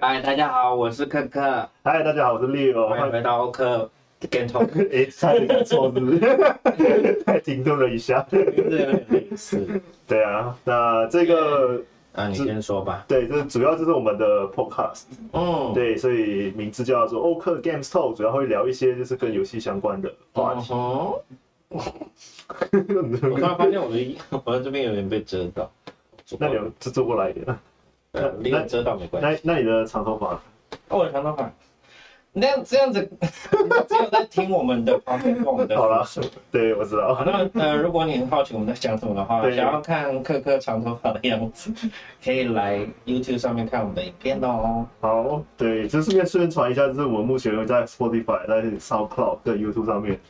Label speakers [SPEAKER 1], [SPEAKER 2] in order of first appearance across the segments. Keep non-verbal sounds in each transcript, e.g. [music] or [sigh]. [SPEAKER 1] 嗨，大家好，我是克克，
[SPEAKER 2] 嗨，大家好，我是 Leo，
[SPEAKER 1] 欢迎
[SPEAKER 2] [laughs]
[SPEAKER 1] 回到欧克电通，
[SPEAKER 2] 哎，差点讲错是不是？还停顿了一下。
[SPEAKER 1] 这有点类似。
[SPEAKER 2] 对啊，那这个
[SPEAKER 1] 啊，你先说吧。
[SPEAKER 2] 对，这主要就是我们的 podcast，
[SPEAKER 1] 嗯，
[SPEAKER 2] 对，所以名字叫做欧克 Games Talk，主要会聊一些就是跟游戏相关的话
[SPEAKER 1] 嗯
[SPEAKER 2] 题。 [laughs]
[SPEAKER 1] 哼。我突然发现我的我的这边有点被遮到，
[SPEAKER 2] 那你们就坐过来一点。
[SPEAKER 1] 呃离我遮到没关系。
[SPEAKER 2] 那那你的长头发，
[SPEAKER 1] 哦，我的长头发，那样这样子， [laughs] 只有在听我们的 podcast，跟我们的
[SPEAKER 2] 好了，对我知
[SPEAKER 1] 好，
[SPEAKER 2] 道。
[SPEAKER 1] 那呃，如果你很好奇我们在讲什么的话，
[SPEAKER 2] 对
[SPEAKER 1] 想要看科科长头发的样子，可以来 YouTube 上面看我们的影片哦。
[SPEAKER 2] 好，对，就顺便宣传一下，就是我们目前在 Spotify、在 SoundCloud、跟 YouTube 上面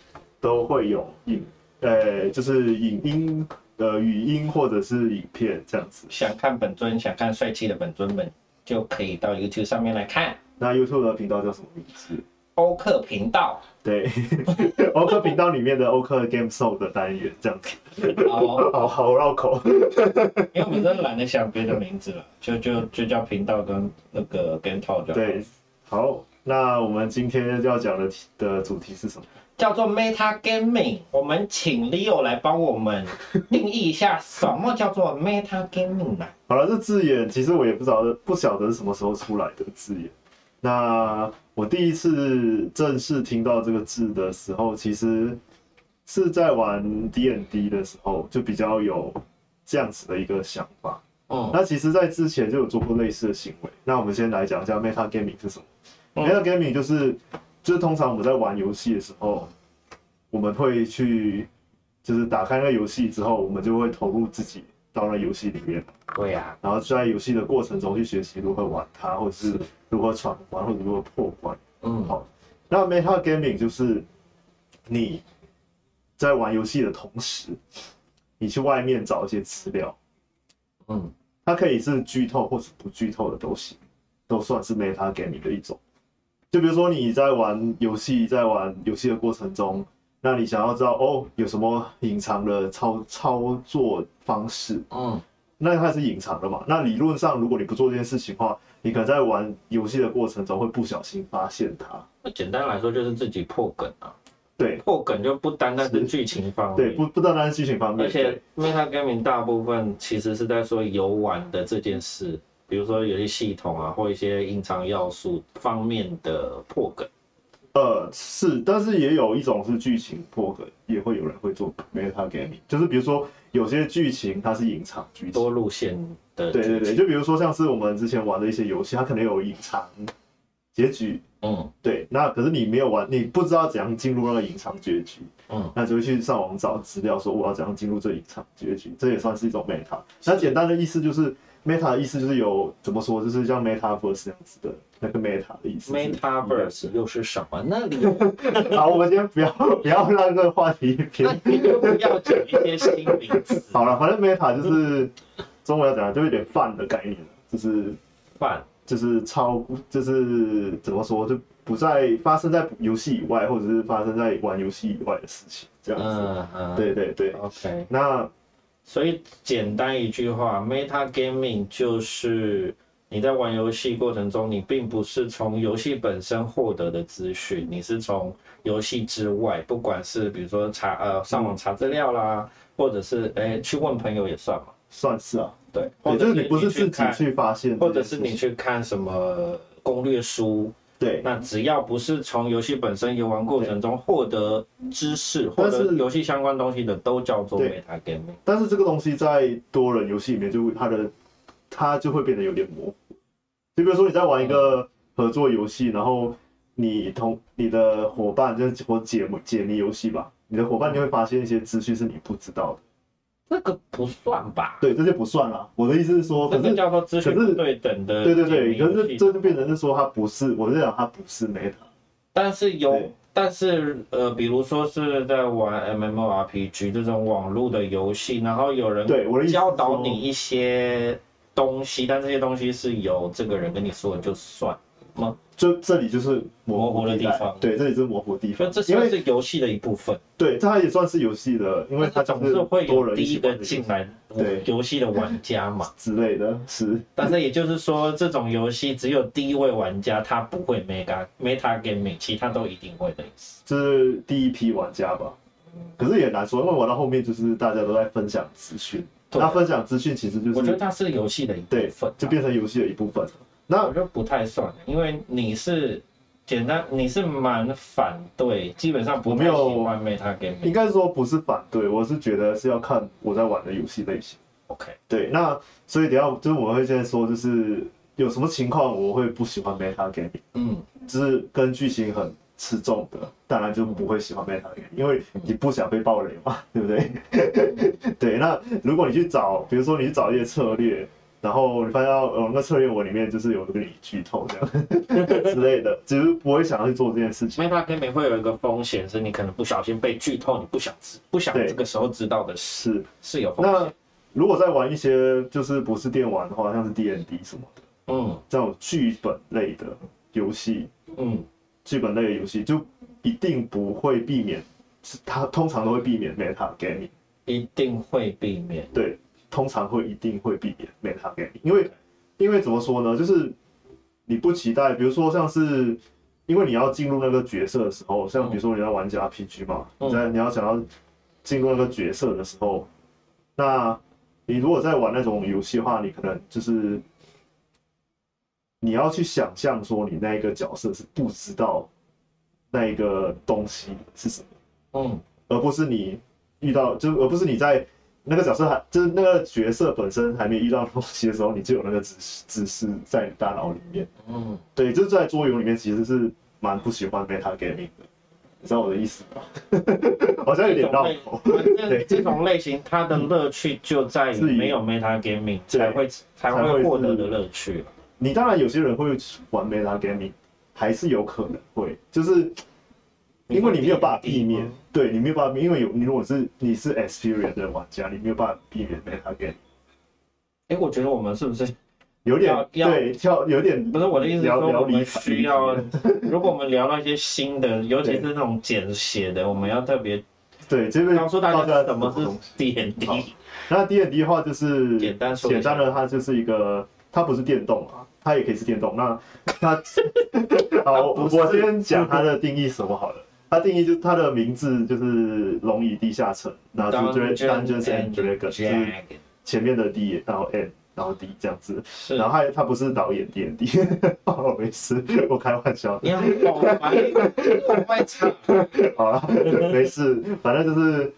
[SPEAKER 2] 都会有影，呃，就是影音、呃语音或者是影片这样子。
[SPEAKER 1] 想看本尊，想看帅气的本尊们，就可以到 YouTube 上面来看
[SPEAKER 2] 那 YouTube 的频道叫什么名字？
[SPEAKER 1] 欧克频道。
[SPEAKER 2] 对， [laughs] 欧克频道里面的欧克 Game Show 的单元这样子，
[SPEAKER 1] 哦，
[SPEAKER 2] 好好绕口。
[SPEAKER 1] 因为我们真的懒得想别的名字了，就就就叫频道跟那个编套就好。
[SPEAKER 2] 对，好，那我们今天要讲的题的主题是什么？
[SPEAKER 1] 叫做 Meta Gaming。我们请 Leo 来帮我们定义一下什么叫做 Meta Gaming 吧。
[SPEAKER 2] 好了，这字眼其实我也不知道，不晓得是什么时候出来的字眼。那我第一次正式听到这个字的时候，其实是在玩 D N D 的时候，就比较有这样子的一个想法。
[SPEAKER 1] 嗯
[SPEAKER 2] 那其实，在之前就有做过类似的行为。那我们先来讲一下 meta gaming 是什么。
[SPEAKER 1] 嗯
[SPEAKER 2] meta gaming 就是，就是通常我们在玩游戏的时候，我们会去，就是打开那个游戏之后，我们就会投入自己到那游戏里面，
[SPEAKER 1] 对啊呀、
[SPEAKER 2] 然后在游戏的过程中去学习如何玩它，或者是如何闯关，或者如何破关。
[SPEAKER 1] 嗯，
[SPEAKER 2] 好，那 meta gaming 就是你在玩游戏的同时，你去外面找一些资料。
[SPEAKER 1] 嗯，
[SPEAKER 2] 它可以是剧透或是不剧透的都行，都算是 meta gaming 的一种。就比如说你在玩游戏，在玩游戏的过程中，那你想要知道哦有什么隐藏的操操作方式，
[SPEAKER 1] 嗯，
[SPEAKER 2] 那它是隐藏的嘛？那理论上，如果你不做这件事情的话，你可能在玩游戏的过程中会不小心发现它。
[SPEAKER 1] 那简单来说就是自己破梗啊，
[SPEAKER 2] 对
[SPEAKER 1] 破梗就不单单是
[SPEAKER 2] 是
[SPEAKER 1] 剧情方面，
[SPEAKER 2] 对，不不单单是剧情方
[SPEAKER 1] 嗯
[SPEAKER 2] 面，
[SPEAKER 1] 而且 Meta Gaming 大部分其实是在说游玩的这件事，比如说有些系统啊或一些隐藏要素方面的破梗，
[SPEAKER 2] 呃，是，但是也有一种是剧情破梗，也会有人会做 meta gaming，就是比如说有些剧情它是隐藏剧情，
[SPEAKER 1] 多路线的
[SPEAKER 2] 对对
[SPEAKER 1] 剧
[SPEAKER 2] 对，
[SPEAKER 1] 情，
[SPEAKER 2] 就比如说像是我们之前玩的一些游戏，它可能有隐藏结局，
[SPEAKER 1] 嗯
[SPEAKER 2] 对，那可是你没有玩，你不知道怎样进入那个隐藏结局，
[SPEAKER 1] 嗯，
[SPEAKER 2] 那就会去上网找资料说我要怎样进入这隐藏结局，这也算是一种 meta。那简单的意思就是。meta 的意思就是有怎么说，就是像 metaverse 那样子的那个 meta 的意思是。
[SPEAKER 1] ，Metaverse
[SPEAKER 2] 嗯
[SPEAKER 1] 又是什么呢？你
[SPEAKER 2] 好，我们先不要不要让这个话题
[SPEAKER 1] 那
[SPEAKER 2] 偏。
[SPEAKER 1] 你就不要讲一些新名
[SPEAKER 2] [laughs]
[SPEAKER 1] 词，
[SPEAKER 2] 好了，反正 meta 就是中文要怎样，就有点泛的概念，就是
[SPEAKER 1] 饭
[SPEAKER 2] 就是超就是怎么说，就不在发生在游戏以外，或者是发生在玩游戏以外的事情，这样子。
[SPEAKER 1] 嗯嗯，
[SPEAKER 2] 对对对，
[SPEAKER 1] ，OK。
[SPEAKER 2] 那
[SPEAKER 1] 所以简单一句话，meta gaming 就是你在玩游戏过程中，你并不是从游戏本身获得的资讯，你是从游戏之外，不管是比如说查
[SPEAKER 2] 嗯
[SPEAKER 1] 呃上网查资料啦，或者是哎去问朋友也算嘛，
[SPEAKER 2] 算是啊，
[SPEAKER 1] 对，或者
[SPEAKER 2] 对，就是是你不是自
[SPEAKER 1] 去
[SPEAKER 2] 己
[SPEAKER 1] 看，
[SPEAKER 2] 去发现
[SPEAKER 1] 或
[SPEAKER 2] 这
[SPEAKER 1] 者
[SPEAKER 2] 件
[SPEAKER 1] 是
[SPEAKER 2] 事情，
[SPEAKER 1] 你去看什么攻略书，
[SPEAKER 2] 对，
[SPEAKER 1] 那只要不是从游戏本身游玩过程中获得知识、获
[SPEAKER 2] 但是
[SPEAKER 1] 得游戏相关东西的，都叫做
[SPEAKER 2] 对
[SPEAKER 1] meta gaming。
[SPEAKER 2] 但是这个东西在多人游戏里面就会它的它就会变得有点模糊。就比如说你在玩一个合作游戏，然后你同你的伙伴就是或解解谜游戏吧，你的伙伴就会发现一些资讯是你不知道的。
[SPEAKER 1] 这个不算吧？
[SPEAKER 2] 对，这就不算啦。我的意思是说，哦可
[SPEAKER 1] 这
[SPEAKER 2] 是
[SPEAKER 1] 叫做资讯不对等的
[SPEAKER 2] 对对对，
[SPEAKER 1] 解
[SPEAKER 2] 可
[SPEAKER 1] 谜游
[SPEAKER 2] 是
[SPEAKER 1] 戏
[SPEAKER 2] 这就变成是说它不是，我是讲它不是 meta。
[SPEAKER 1] 但是有
[SPEAKER 2] 对，
[SPEAKER 1] 但是呃，比如说是在玩 MMORPG 这种网络的游戏，然后有人
[SPEAKER 2] 对我的意思是
[SPEAKER 1] 教导
[SPEAKER 2] 说
[SPEAKER 1] 你一些东西，但这些东西是由这个人跟你说的就算，吗？
[SPEAKER 2] 就这里就是模
[SPEAKER 1] 模糊的
[SPEAKER 2] 地带
[SPEAKER 1] 地方
[SPEAKER 2] 对，这里是模糊的地
[SPEAKER 1] 所以
[SPEAKER 2] 方
[SPEAKER 1] 这，
[SPEAKER 2] 因
[SPEAKER 1] 算
[SPEAKER 2] 为
[SPEAKER 1] 是游戏的一部分，
[SPEAKER 2] 对，它也算是游戏的，因为它
[SPEAKER 1] 但是
[SPEAKER 2] 就
[SPEAKER 1] 总是会
[SPEAKER 2] 多
[SPEAKER 1] 有
[SPEAKER 2] 人
[SPEAKER 1] 第
[SPEAKER 2] 一起
[SPEAKER 1] 一个
[SPEAKER 2] 玩的游戏
[SPEAKER 1] 进来
[SPEAKER 2] 对
[SPEAKER 1] 游戏的玩家
[SPEAKER 2] [laughs]
[SPEAKER 1] 嘛。
[SPEAKER 2] 之类的，是
[SPEAKER 1] 但是也就是说，这种游戏只有第一位玩家他不会 meta meta gaming，其他都一定会的意思。
[SPEAKER 2] 这是第一批玩家吧。可是也难说，因为玩到后面就是大家都在分享资讯，
[SPEAKER 1] 对
[SPEAKER 2] 那分享资讯其实就
[SPEAKER 1] 我觉得
[SPEAKER 2] 是
[SPEAKER 1] 它是游戏的一部
[SPEAKER 2] 对
[SPEAKER 1] 分啊，，
[SPEAKER 2] 就变成游戏的一部分了。那
[SPEAKER 1] 我觉得不太算，因为你是简单，你是蛮反对，基本上不
[SPEAKER 2] 我
[SPEAKER 1] 太
[SPEAKER 2] 没有
[SPEAKER 1] 喜欢 meta gaming。
[SPEAKER 2] 应该说不是反对，我是觉得是要看我在玩的游戏类型。
[SPEAKER 1] OK，
[SPEAKER 2] 对，那所以等一下就是我会先说，就是有什么情况我会不喜欢 meta game，
[SPEAKER 1] 嗯，
[SPEAKER 2] 就是跟剧情很吃重的，当然就不会喜欢 meta game，因为你不想被暴雷嘛， [laughs] 对不对？对，那如果你去找，比如说你去找一些策略，然后你发现到哦，那策略我里面就是有跟你剧透这样 [laughs] 之类的，就是不会想要去做这件事情。
[SPEAKER 1] Meta Gaming 会有一个风险，是你可能不小心被剧透，你不想知，不想
[SPEAKER 2] 对
[SPEAKER 1] 这个时候知道的事，
[SPEAKER 2] 是，
[SPEAKER 1] 是有风
[SPEAKER 2] 那
[SPEAKER 1] 险。
[SPEAKER 2] 如果在玩一些就是不是电玩的话，像是 D N D 什么的
[SPEAKER 1] 嗯
[SPEAKER 2] 这种剧本类的游戏，
[SPEAKER 1] 嗯，
[SPEAKER 2] 剧本类的游戏就一定不会避免，是它通常都会避免 meta gaming，
[SPEAKER 1] 一定会避免。
[SPEAKER 2] 对，通常会一定会避免 meta gaming，因为因为怎么说呢，就是你不期待，比如说像是。因为你要进入那个角色的时候，像比如说你要玩家 RPG 嘛，
[SPEAKER 1] 嗯
[SPEAKER 2] 你在你要想要进入那个角色的时候，那你如果在玩那种游戏的话，你可能就是你要去想象说你那一个角色是不知道那一个东西是什么。
[SPEAKER 1] 嗯
[SPEAKER 2] 而不是你遇到，就而不是你在那个角色还就是那个角色本身还没遇到东西的时候，你就有那个知识知识在你大脑里面。
[SPEAKER 1] 嗯，
[SPEAKER 2] 对，就是在桌游里面其实是蛮不喜欢 meta gaming 的，你知道我的意思吗？ [laughs] 好像有
[SPEAKER 1] 这
[SPEAKER 2] 点
[SPEAKER 1] 种
[SPEAKER 2] 绕
[SPEAKER 1] 类，
[SPEAKER 2] 口。
[SPEAKER 1] 反
[SPEAKER 2] [laughs] 对
[SPEAKER 1] 正这种类型它的乐趣就在于
[SPEAKER 2] 是以
[SPEAKER 1] 没有 Meta Gaming
[SPEAKER 2] 对
[SPEAKER 1] 才会才
[SPEAKER 2] 才会
[SPEAKER 1] 会
[SPEAKER 2] 是
[SPEAKER 1] 获得的乐趣。
[SPEAKER 2] 你当然有些人会玩 meta gaming，还是有可能会，就是因为你没有办法避免，对你没有办法避免，因为有你如果是你是 experience 的玩家，你没有办法避免 meta gaming，
[SPEAKER 1] 哎，我觉得我们是不是
[SPEAKER 2] 有点
[SPEAKER 1] 要要
[SPEAKER 2] 对跳有点
[SPEAKER 1] 不是我的意思是
[SPEAKER 2] 聊
[SPEAKER 1] 说，
[SPEAKER 2] 聊
[SPEAKER 1] 我们
[SPEAKER 2] 离题
[SPEAKER 1] 需要，如果我们聊到一些新的，尤其是那种简写的，我们要特别
[SPEAKER 2] [laughs] 对，这边
[SPEAKER 1] 告诉大家什么
[SPEAKER 2] 大家懂
[SPEAKER 1] 是 D N
[SPEAKER 2] 好
[SPEAKER 1] D。
[SPEAKER 2] 那 D N D 的话就是
[SPEAKER 1] 简单说一下
[SPEAKER 2] 简单的，它就是一个，它不是电动啊，它也可以是电动。那
[SPEAKER 1] [laughs]
[SPEAKER 2] 它好，我
[SPEAKER 1] 它不是
[SPEAKER 2] 我先讲它的定义什么好了。它定义就它的名字就是《龙椅地下城》，然后就 Dra- Dungeons and Dragons，就是前面的 D，然后 N，然后 D 这样子。
[SPEAKER 1] 是，
[SPEAKER 2] 然后它它不是导演 D N D，哦， [laughs] 没事，我开玩笑的。
[SPEAKER 1] 你很懂吗？你很会唱。
[SPEAKER 2] 好了，没事，反正就是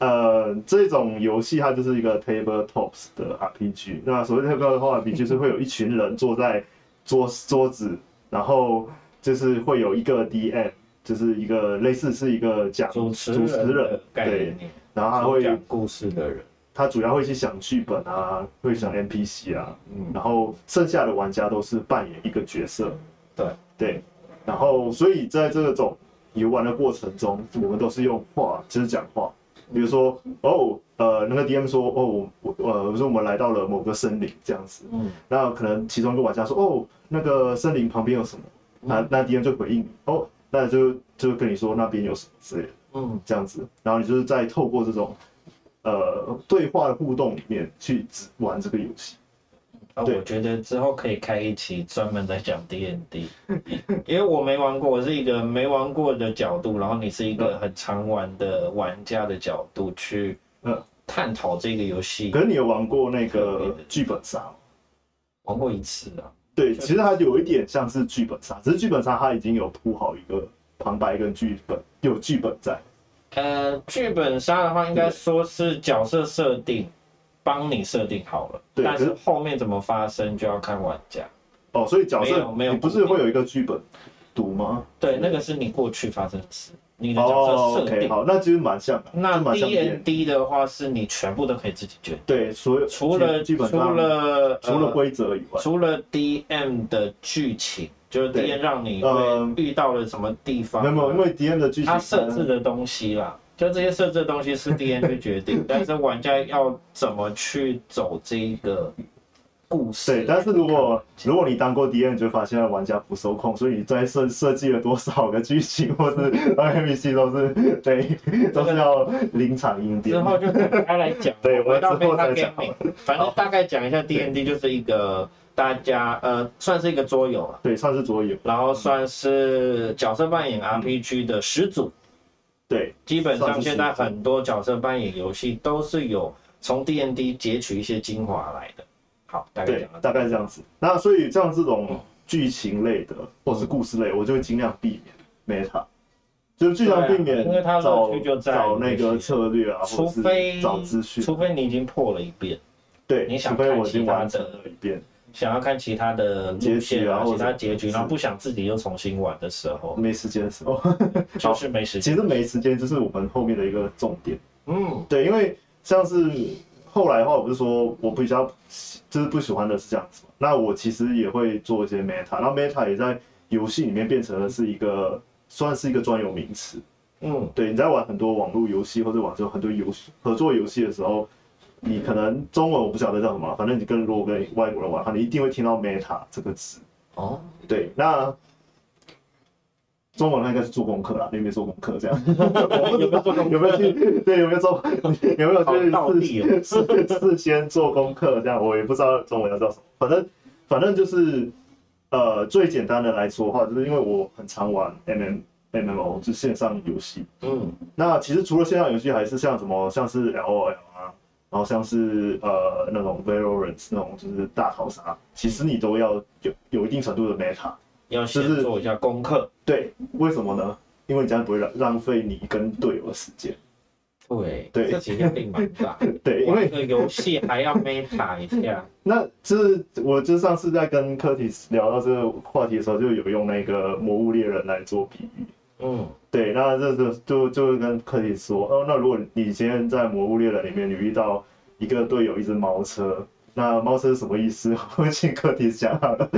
[SPEAKER 2] 呃，这种游戏它就是一个 tabletops 的 RPG。那所谓 tabletop RPG 就是会有一群人坐在桌桌子，然后就是会有一个 DM，就是一个类似是一个讲
[SPEAKER 1] 主持
[SPEAKER 2] [laughs] 主持人
[SPEAKER 1] 的，概
[SPEAKER 2] 对，
[SPEAKER 1] 念，
[SPEAKER 2] 然后他
[SPEAKER 1] 主讲
[SPEAKER 2] 会
[SPEAKER 1] 故事的人，
[SPEAKER 2] 他主要会去想剧本啊，会想 NPC 啊，
[SPEAKER 1] 嗯，
[SPEAKER 2] 然后剩下的玩家都是扮演一个角色，
[SPEAKER 1] 对
[SPEAKER 2] 对，然后所以在这种游玩的过程中，我们都是用话，就是讲话，比如说哦，呃，那个 DM 说哦，我呃，我说我们来到了某个森林这样子，
[SPEAKER 1] 嗯，
[SPEAKER 2] 那可能其中一个玩家说哦，那个森林旁边有什么，那那 DM 就回应你哦，那就就跟你说那边有什么之类的。
[SPEAKER 1] 嗯
[SPEAKER 2] 这样子，然后你就是在透过这种呃对话的互动里面去只玩这个游戏。
[SPEAKER 1] 啊，
[SPEAKER 2] 对
[SPEAKER 1] 我觉得之后可以开一期专门在讲 D N
[SPEAKER 2] [laughs]
[SPEAKER 1] D，因为我没玩过，我是一个没玩过的角度，然后你是一个很常玩的玩家的角度去
[SPEAKER 2] 嗯
[SPEAKER 1] 探讨这个游戏
[SPEAKER 2] 可，是你有玩过
[SPEAKER 1] 对
[SPEAKER 2] 那个
[SPEAKER 1] 的
[SPEAKER 2] 剧本杀吗？
[SPEAKER 1] 玩过一次啊，
[SPEAKER 2] 对，其实它有一点像是剧本杀，只是剧本杀它已经有铺好一个旁白跟剧本，有剧本在。
[SPEAKER 1] 呃，剧本杀的话，应该说是角色设定，帮你设定好了，
[SPEAKER 2] 对
[SPEAKER 1] 但
[SPEAKER 2] 可
[SPEAKER 1] 是
[SPEAKER 2] 是
[SPEAKER 1] 后面怎么发生就要看玩家。
[SPEAKER 2] 哦，所以角
[SPEAKER 1] 没
[SPEAKER 2] 色
[SPEAKER 1] 有没有
[SPEAKER 2] 你不是会有一个剧本读吗？
[SPEAKER 1] 对，那个是你过去发生的事，你的角
[SPEAKER 2] 哦
[SPEAKER 1] 色设
[SPEAKER 2] ，OK，
[SPEAKER 1] 定。
[SPEAKER 2] 好，那其实蛮像的，
[SPEAKER 1] 那
[SPEAKER 2] 就蛮像
[SPEAKER 1] D N D
[SPEAKER 2] D&D
[SPEAKER 1] 的话，是你全部都可以自己决定，
[SPEAKER 2] 对，所有
[SPEAKER 1] 除了
[SPEAKER 2] 基
[SPEAKER 1] 除
[SPEAKER 2] 本上
[SPEAKER 1] 了
[SPEAKER 2] 除了规则以外
[SPEAKER 1] 呃、，除了 D M 的剧情，就是
[SPEAKER 2] 对
[SPEAKER 1] D M 让你
[SPEAKER 2] 呃
[SPEAKER 1] 会遇到了什么地方，
[SPEAKER 2] 没有没有，因为 D M 的剧情
[SPEAKER 1] 呃它设置的东西啦，就这些设置的东西
[SPEAKER 2] [laughs]
[SPEAKER 1] 是 D N 去决定，但是玩家要怎么去走这一个故事来
[SPEAKER 2] 对，
[SPEAKER 1] 看。
[SPEAKER 2] 但是如果如果你当过 DM，你就发现玩家不受控，所以你在设设计了多少个剧情或是
[SPEAKER 1] [laughs]
[SPEAKER 2] NPC 都是对，都是要临场应变。
[SPEAKER 1] 之。后就等他来讲
[SPEAKER 2] 对
[SPEAKER 1] 回到
[SPEAKER 2] 我之后
[SPEAKER 1] Meta
[SPEAKER 2] 再讲
[SPEAKER 1] Gaming，反正大概讲一下 D N D 就是一个大家呃算是一个桌游了，
[SPEAKER 2] 对，算是桌游。
[SPEAKER 1] 然后算是角色扮
[SPEAKER 2] 嗯
[SPEAKER 1] 演 R P G 的始祖。
[SPEAKER 2] 对，
[SPEAKER 1] 基本
[SPEAKER 2] 算
[SPEAKER 1] 上
[SPEAKER 2] 是
[SPEAKER 1] 现在很多角色扮演游戏都是有从 D N D 截取一些精华来的。好，大概
[SPEAKER 2] 对
[SPEAKER 1] 讲嗯到，这。
[SPEAKER 2] 大概这样子。那所以像这种剧情类的或是故事类，我就会尽量避免 meta，就是尽量
[SPEAKER 1] 对啊
[SPEAKER 2] 避免
[SPEAKER 1] 因为它乐
[SPEAKER 2] 找
[SPEAKER 1] 趣就在于
[SPEAKER 2] 找那
[SPEAKER 1] 这
[SPEAKER 2] 个
[SPEAKER 1] 些
[SPEAKER 2] 策略啊，或
[SPEAKER 1] 除
[SPEAKER 2] 是
[SPEAKER 1] 非
[SPEAKER 2] 找资讯。啊
[SPEAKER 1] 除非你已经破了一遍，
[SPEAKER 2] 对，
[SPEAKER 1] 你想
[SPEAKER 2] 除非
[SPEAKER 1] 看
[SPEAKER 2] 我已经
[SPEAKER 1] 其他
[SPEAKER 2] 完成
[SPEAKER 1] 的
[SPEAKER 2] 了一遍，
[SPEAKER 1] 想要看其他的路
[SPEAKER 2] 结局
[SPEAKER 1] 线
[SPEAKER 2] 啊
[SPEAKER 1] 啊，
[SPEAKER 2] 或
[SPEAKER 1] 其
[SPEAKER 2] 者
[SPEAKER 1] 他结局，
[SPEAKER 2] 是嗯
[SPEAKER 1] 然后不想自己又重新玩的时候，
[SPEAKER 2] 没时间的时候， [laughs]
[SPEAKER 1] 就是没时
[SPEAKER 2] 其
[SPEAKER 1] 间。
[SPEAKER 2] 实没时间就是我们后面的一个重点。
[SPEAKER 1] 嗯，
[SPEAKER 2] 对，因为像是后来的话，我不是说我比较喜就是不喜欢的是这样子嘛。那我其实也会做一些 meta，那 meta 也在游戏里面变成了是一个算是一个专有名词。
[SPEAKER 1] 嗯，
[SPEAKER 2] 对，你在玩很多网络游戏或者玩这种很多游戏合作游戏的时候，你可能中文我不晓得叫什么了，反正你跟如果跟外国人玩的话，你一定会听到 meta 这个词。
[SPEAKER 1] 哦，
[SPEAKER 2] 对，那中文那应该是做功课啦，你有没有做功课这样？我不知道有没有去？对，有没有做？有没有
[SPEAKER 1] 好道地
[SPEAKER 2] 去
[SPEAKER 1] 哦
[SPEAKER 2] 事事事先做功课这样？我也不知道中文要叫什么，反正反正就是呃，最简单的来说的话，就是因为我很常玩 M M。M M O 就是线上游戏，
[SPEAKER 1] 嗯，
[SPEAKER 2] 那其实除了线上游戏，还是像什么，像是 L O L 啊，然后像是呃那种 Valorant 那种就是大逃杀，其实你都要有有一定程度的 meta，
[SPEAKER 1] 要
[SPEAKER 2] 就
[SPEAKER 1] 先
[SPEAKER 2] 是
[SPEAKER 1] 做一下功课。
[SPEAKER 2] 对，为什么呢？因为你这样不会浪浪费你跟队友的时间。
[SPEAKER 1] 对，
[SPEAKER 2] 对
[SPEAKER 1] 这几天并蛮大。
[SPEAKER 2] [laughs] 对，因
[SPEAKER 1] 玩
[SPEAKER 2] 为
[SPEAKER 1] 个游戏还要 meta 一下，
[SPEAKER 2] 那就是我就上次在跟科体聊到这个话题的时候，就有用那个魔物猎人来做比喻。
[SPEAKER 1] 嗯，
[SPEAKER 2] 对，那这就就就跟科体说，哦，那如果你今天在魔物猎人里面，你遇到一个队友一只猫车，那猫车是什么意思？我请科体讲好了。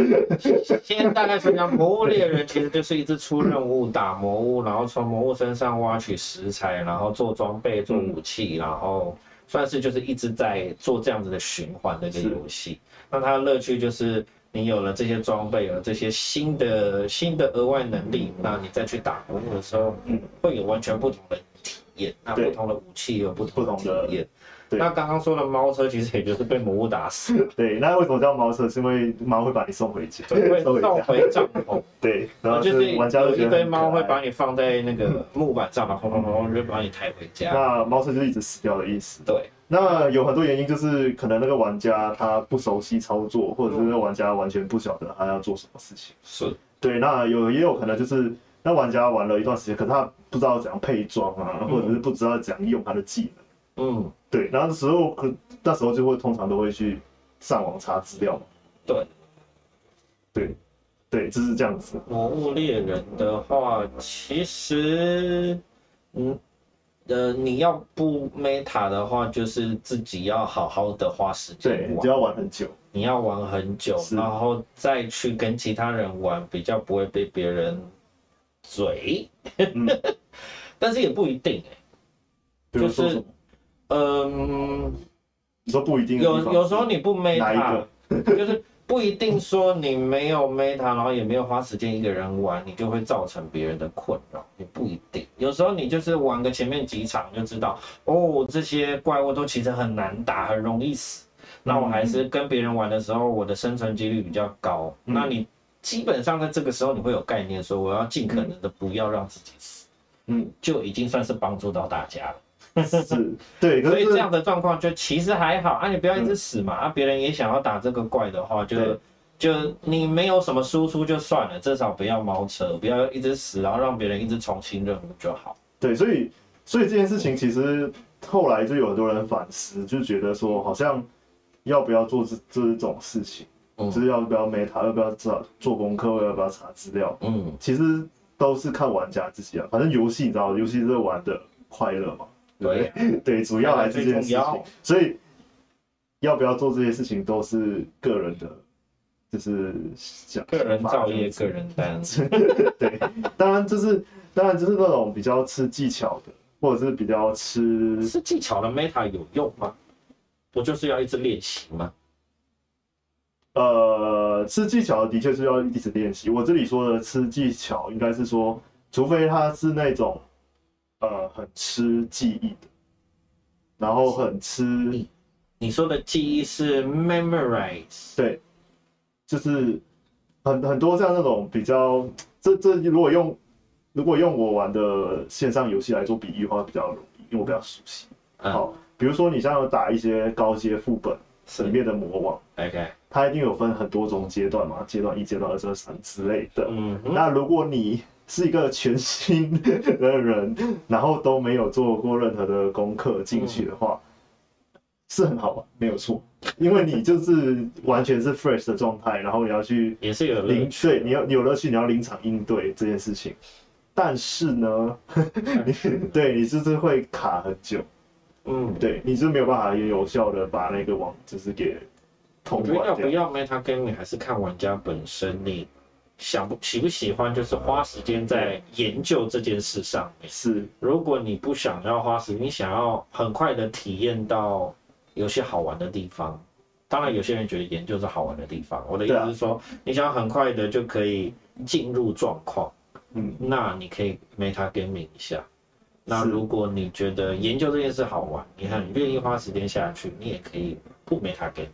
[SPEAKER 1] 现在大概想想，魔物猎人其实就是一直出任务打魔物，然后从魔物身上挖取食材，然后做装备、做武器，然后算是就是一直在做这样子的循环的一个游戏。那它的乐趣就是你有了这些装备，有了这些新的新的额外能力，那你再去打魔物的时候，
[SPEAKER 2] 嗯
[SPEAKER 1] 会有完全不同的体验。那
[SPEAKER 2] 对
[SPEAKER 1] 不同的武器有不同的
[SPEAKER 2] 不同的
[SPEAKER 1] 体验。
[SPEAKER 2] 对
[SPEAKER 1] 那刚刚说的猫车其实也就是被魔物打死，
[SPEAKER 2] [laughs] 对，那为什么叫猫车？是因为猫会把你送回家，
[SPEAKER 1] 会
[SPEAKER 2] 送
[SPEAKER 1] 送
[SPEAKER 2] 回家。
[SPEAKER 1] 回帐篷。
[SPEAKER 2] 对，然后
[SPEAKER 1] 哦就是
[SPEAKER 2] 玩家
[SPEAKER 1] 有
[SPEAKER 2] 就觉
[SPEAKER 1] 一
[SPEAKER 2] 得
[SPEAKER 1] 堆
[SPEAKER 2] 很可
[SPEAKER 1] 猫会
[SPEAKER 2] 爱
[SPEAKER 1] 把你放在那
[SPEAKER 2] [laughs]
[SPEAKER 1] 个木板上，然后然后就把你抬回家。
[SPEAKER 2] 那猫车就是一直死掉的意思。
[SPEAKER 1] 对，
[SPEAKER 2] 那有很多原因，就是可能那个玩家他不熟悉操作，或者是那个玩家完全不晓得他要做什么事情。
[SPEAKER 1] 是，
[SPEAKER 2] 对，那有也有可能就是那玩家玩了一段时间，可是他不知道怎样配装啊，或者是不知道怎样用他的技能。
[SPEAKER 1] 嗯，
[SPEAKER 2] 对，然后那时候可那时候就会通常都会去上网查资料嘛。
[SPEAKER 1] 对。
[SPEAKER 2] 对，对，就是这样子。
[SPEAKER 1] 魔物猎人的话，其实，嗯，呃，你要不 meta 的话，就是自己要好好的花时
[SPEAKER 2] 对，
[SPEAKER 1] 间
[SPEAKER 2] 你
[SPEAKER 1] 玩，
[SPEAKER 2] 就要玩很久。
[SPEAKER 1] 你要玩很久，
[SPEAKER 2] 是
[SPEAKER 1] 然后再去跟其他人玩，比较不会被别人嘴， [laughs]
[SPEAKER 2] 嗯，
[SPEAKER 1] 但是也不一定欸
[SPEAKER 2] 比如说什么？
[SPEAKER 1] 嗯，
[SPEAKER 2] 你说不一定的地方
[SPEAKER 1] 有有时候你不
[SPEAKER 2] 是哪一
[SPEAKER 1] meta，[laughs]
[SPEAKER 2] 个？
[SPEAKER 1] 就是不一定说你没有 meta，然后也没有花时间一个人玩，你就会造成别人的困扰，也不一定。有时候你就是玩个前面几场就知道，哦，这些怪物都其实很难打，很容易死。那我还是跟别人玩的时候，我的生存几率比较高。
[SPEAKER 2] 嗯
[SPEAKER 1] 那你基本上在这个时候，你会有概念说，我要尽可能的不要让自己死，
[SPEAKER 2] 嗯。
[SPEAKER 1] 就已经算是帮助到大家了。
[SPEAKER 2] 是，对，可
[SPEAKER 1] 所以这
[SPEAKER 2] 是
[SPEAKER 1] 样的状况就其实还好啊，你不要一直死嘛、啊，别人也想要打这个怪的话，就
[SPEAKER 2] 嗯对
[SPEAKER 1] 就你没有什么输出就算了，至少不要猫车，不要一直死，然后让别人一直重新任务就好。
[SPEAKER 2] 对，所以所以这件事情其实后来就有很多人反思，就觉得说好像要不要做这这种事情，
[SPEAKER 1] 嗯
[SPEAKER 2] 就是要不要 meta，要不要做做功课，要不要查资料，
[SPEAKER 1] 嗯，
[SPEAKER 2] 其实都是看玩家自己啊。反正游戏你知道，游戏是玩的快乐嘛，
[SPEAKER 1] 对
[SPEAKER 2] 对不对对，主要还是这件事
[SPEAKER 1] 最重要
[SPEAKER 2] 情，所以要不要做这些事情都是个人的。就是想
[SPEAKER 1] 个人
[SPEAKER 2] 法
[SPEAKER 1] 造
[SPEAKER 2] 这
[SPEAKER 1] 业，
[SPEAKER 2] 样子
[SPEAKER 1] 个人担。
[SPEAKER 2] [laughs] 对，当然就是当然就是那种比较吃技巧的，或者是比较吃
[SPEAKER 1] 是技巧的 meta 有用吗？不就是要一直练习吗？
[SPEAKER 2] 呃，吃技巧的确是要一直练习。我这里说的吃技巧，应该是说，除非他是那种呃很吃记忆的，然后很吃
[SPEAKER 1] 你说的记忆是 memorize，
[SPEAKER 2] 对，就是很很多像那种比较，这这如果用如果用我玩的线上游戏来做比喻的话，比较容易，因为我比较熟悉。
[SPEAKER 1] 嗯
[SPEAKER 2] 好，比如说你像有打一些高阶副本
[SPEAKER 1] 是
[SPEAKER 2] 里面的魔王，
[SPEAKER 1] OK，
[SPEAKER 2] 它一定有分很多种阶段嘛，阶段一、阶段二、阶段三之类的。
[SPEAKER 1] 嗯哼，
[SPEAKER 2] 那如果你是一个全新的人，然后都没有做过任何的功课进去的
[SPEAKER 1] 嗯
[SPEAKER 2] 话，是很好玩，没有错，因为你就是完全是 fresh 的状态，然后你要去
[SPEAKER 1] 也是有
[SPEAKER 2] 临
[SPEAKER 1] 乐趣
[SPEAKER 2] 对，你要你有乐趣，你要临场应对这件事情。但是
[SPEAKER 1] [laughs]
[SPEAKER 2] 呢， [laughs] 你对你就是会卡很久，
[SPEAKER 1] 嗯，
[SPEAKER 2] 对你就是没有办法有效的把那个网就是给通
[SPEAKER 1] 我觉得
[SPEAKER 2] 关
[SPEAKER 1] 要不
[SPEAKER 2] 掉。
[SPEAKER 1] 要 meta gaming 还是看玩家本身，你想不喜不喜欢，就是花时间在研究这件事上面。
[SPEAKER 2] 是，
[SPEAKER 1] 如果你不想要花时，你想要很快的体验到有些好玩的地方，当然有些人觉得研究是好玩的地方。我的意
[SPEAKER 2] 对啊
[SPEAKER 1] 思是说，你想要很快的就可以进入状况，
[SPEAKER 2] 嗯，
[SPEAKER 1] 那你可以 meta gaming 一下。那
[SPEAKER 2] 是
[SPEAKER 1] 如果你觉得研究这件事好玩，你很愿意花时间下去，你也可以不 meta gaming。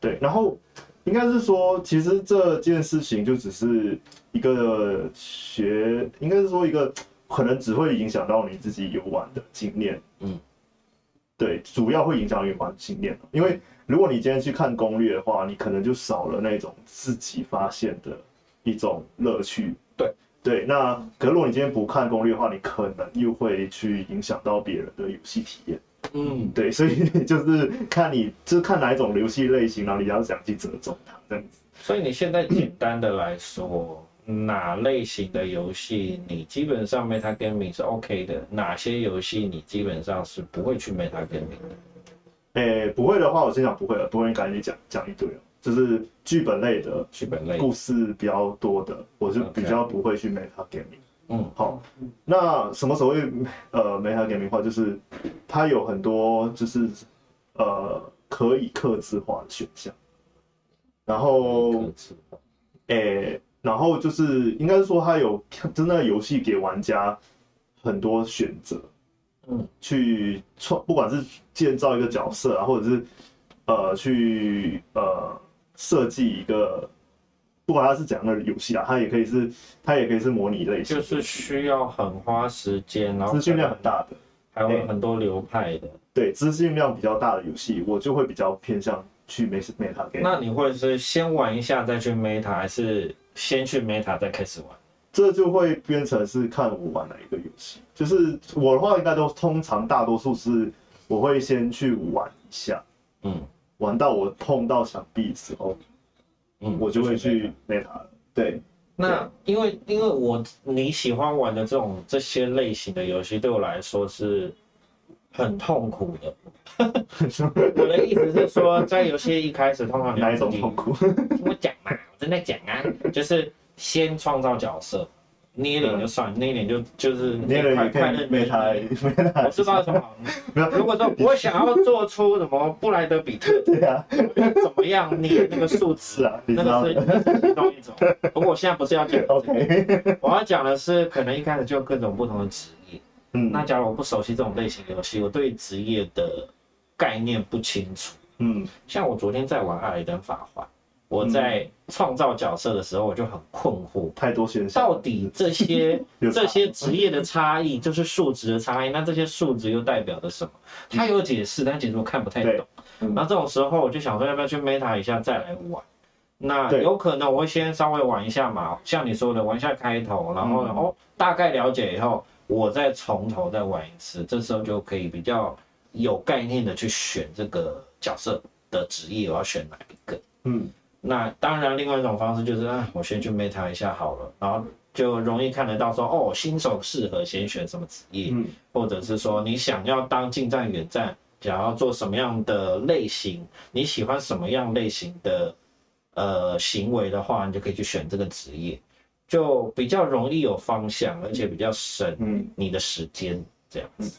[SPEAKER 2] 对，然后应该是说，其实这件事情就只是一个学，应该是说一个可能只会影响到你自己游玩的经验。
[SPEAKER 1] 嗯，
[SPEAKER 2] 对，主要会影响游玩经验，因为如果你今天去看攻略的话，你可能就少了那种自己发现的一种乐趣。
[SPEAKER 1] 对
[SPEAKER 2] 对，那可是如果你今天不看攻略的话，你可能又会去影响到别人的游戏体验。
[SPEAKER 1] 嗯，
[SPEAKER 2] 对，所以 [laughs] 就是看你就是看哪一种游戏类型，然后你要想去折中它这样子。
[SPEAKER 1] 所以你现在简单的来说，哪类型的游戏你基本上 meta gaming 是 OK 的？哪些游戏你基本上是不会去 meta gaming 的？
[SPEAKER 2] 诶，不会的话，我先讲不会了，不会赶紧讲讲一堆了。就是剧本类的、
[SPEAKER 1] 剧本类，
[SPEAKER 2] 故事比较多的，我是
[SPEAKER 1] OK
[SPEAKER 2] 比较不会去 meta gaming。
[SPEAKER 1] 嗯，
[SPEAKER 2] 好，那什么所谓呃 meta gaming 的话，就是它有很多就是呃可以克制化的选项，然后
[SPEAKER 1] 各自
[SPEAKER 2] 诶、然后就是应该是说它有真的游戏给玩家很多选择，
[SPEAKER 1] 嗯，
[SPEAKER 2] 去创不管是建造一个角色啊，或者是呃去呃设计一个，不管它是怎样的游戏啊，它也可以是它也可以是模拟类
[SPEAKER 1] 就
[SPEAKER 2] 型的，
[SPEAKER 1] 是需要很花时间，然后
[SPEAKER 2] 资讯量很，大的，
[SPEAKER 1] 还有很多流派的。
[SPEAKER 2] 对，资讯量比较大的游戏，我就会比较偏向去 meta meta game。
[SPEAKER 1] 那你会是先玩一下再去 meta，还是先去 meta 再开始玩？
[SPEAKER 2] 这就会变成是看我玩哪一个游戏。就是我的话，应该都通常大多数是我会先去玩一下，
[SPEAKER 1] 嗯
[SPEAKER 2] 玩到我碰到想必的时候，
[SPEAKER 1] 嗯，
[SPEAKER 2] 我就会去
[SPEAKER 1] meta。
[SPEAKER 2] meta 了。对，
[SPEAKER 1] 那因为因为我你喜欢玩的这种这些类型的游戏，对我来说是很痛苦
[SPEAKER 2] [laughs]
[SPEAKER 1] 的。我的意思是说，在游戏一开始，通常你要
[SPEAKER 2] 哪一种
[SPEAKER 1] 自己
[SPEAKER 2] 痛苦？
[SPEAKER 1] 听我讲嘛，我正在讲啊，就是先创造角色，捏脸
[SPEAKER 2] 嗯
[SPEAKER 1] 就算，捏脸就就是
[SPEAKER 2] 你也
[SPEAKER 1] 快
[SPEAKER 2] 也可以
[SPEAKER 1] 快乐
[SPEAKER 2] meta meta，
[SPEAKER 1] 我知道什么。
[SPEAKER 2] 没有
[SPEAKER 1] 如果说我想要做出什么布莱德比特
[SPEAKER 2] [laughs] 对啊，
[SPEAKER 1] 怎么样捏那个数
[SPEAKER 2] 是
[SPEAKER 1] 值，
[SPEAKER 2] 啊，你
[SPEAKER 1] 那
[SPEAKER 2] 知道
[SPEAKER 1] 个是
[SPEAKER 2] 的。
[SPEAKER 1] 那是其中一种。不过我现在不是要讲这个，
[SPEAKER 2] OK，
[SPEAKER 1] 我要讲的是可能一开始就有各种不同的职业。
[SPEAKER 2] 嗯
[SPEAKER 1] 那假如我不熟悉这种类型的游戏，我对职业的概念不清楚。
[SPEAKER 2] 嗯
[SPEAKER 1] 像我昨天在玩《艾尔登法环》，我在创造角色的时候，我就很困惑，
[SPEAKER 2] 太多选项，
[SPEAKER 1] 到底这些
[SPEAKER 2] [laughs] 有差
[SPEAKER 1] 这些职业的差异，就是数值的差异，那这些数值又代表着什么？它有解释，但其实我看不太懂。
[SPEAKER 2] 对嗯
[SPEAKER 1] 那这种时候，我就想说，要不要去 meta 一下再来玩？那
[SPEAKER 2] 对
[SPEAKER 1] 有可能我会先稍微玩一下嘛，像你说的，玩一下开头，然后呢，
[SPEAKER 2] 嗯
[SPEAKER 1] 哦，大概了解以后，我再从头再玩一次，这时候就可以比较有概念的去选这个角色的职业，我要选哪一个。
[SPEAKER 2] 嗯
[SPEAKER 1] 那当然，另外一种方式就是，啊，我先去 meta 一下好了，然后就容易看得到说，哦，新手适合先选什么职业，
[SPEAKER 2] 嗯
[SPEAKER 1] 或者是说你想要当近战、远战，想要做什么样的类型，你喜欢什么样类型的呃行为的话，你就可以去选这个职业，就比较容易有方向，而且比较省
[SPEAKER 2] 嗯，
[SPEAKER 1] 你的时间，这样子。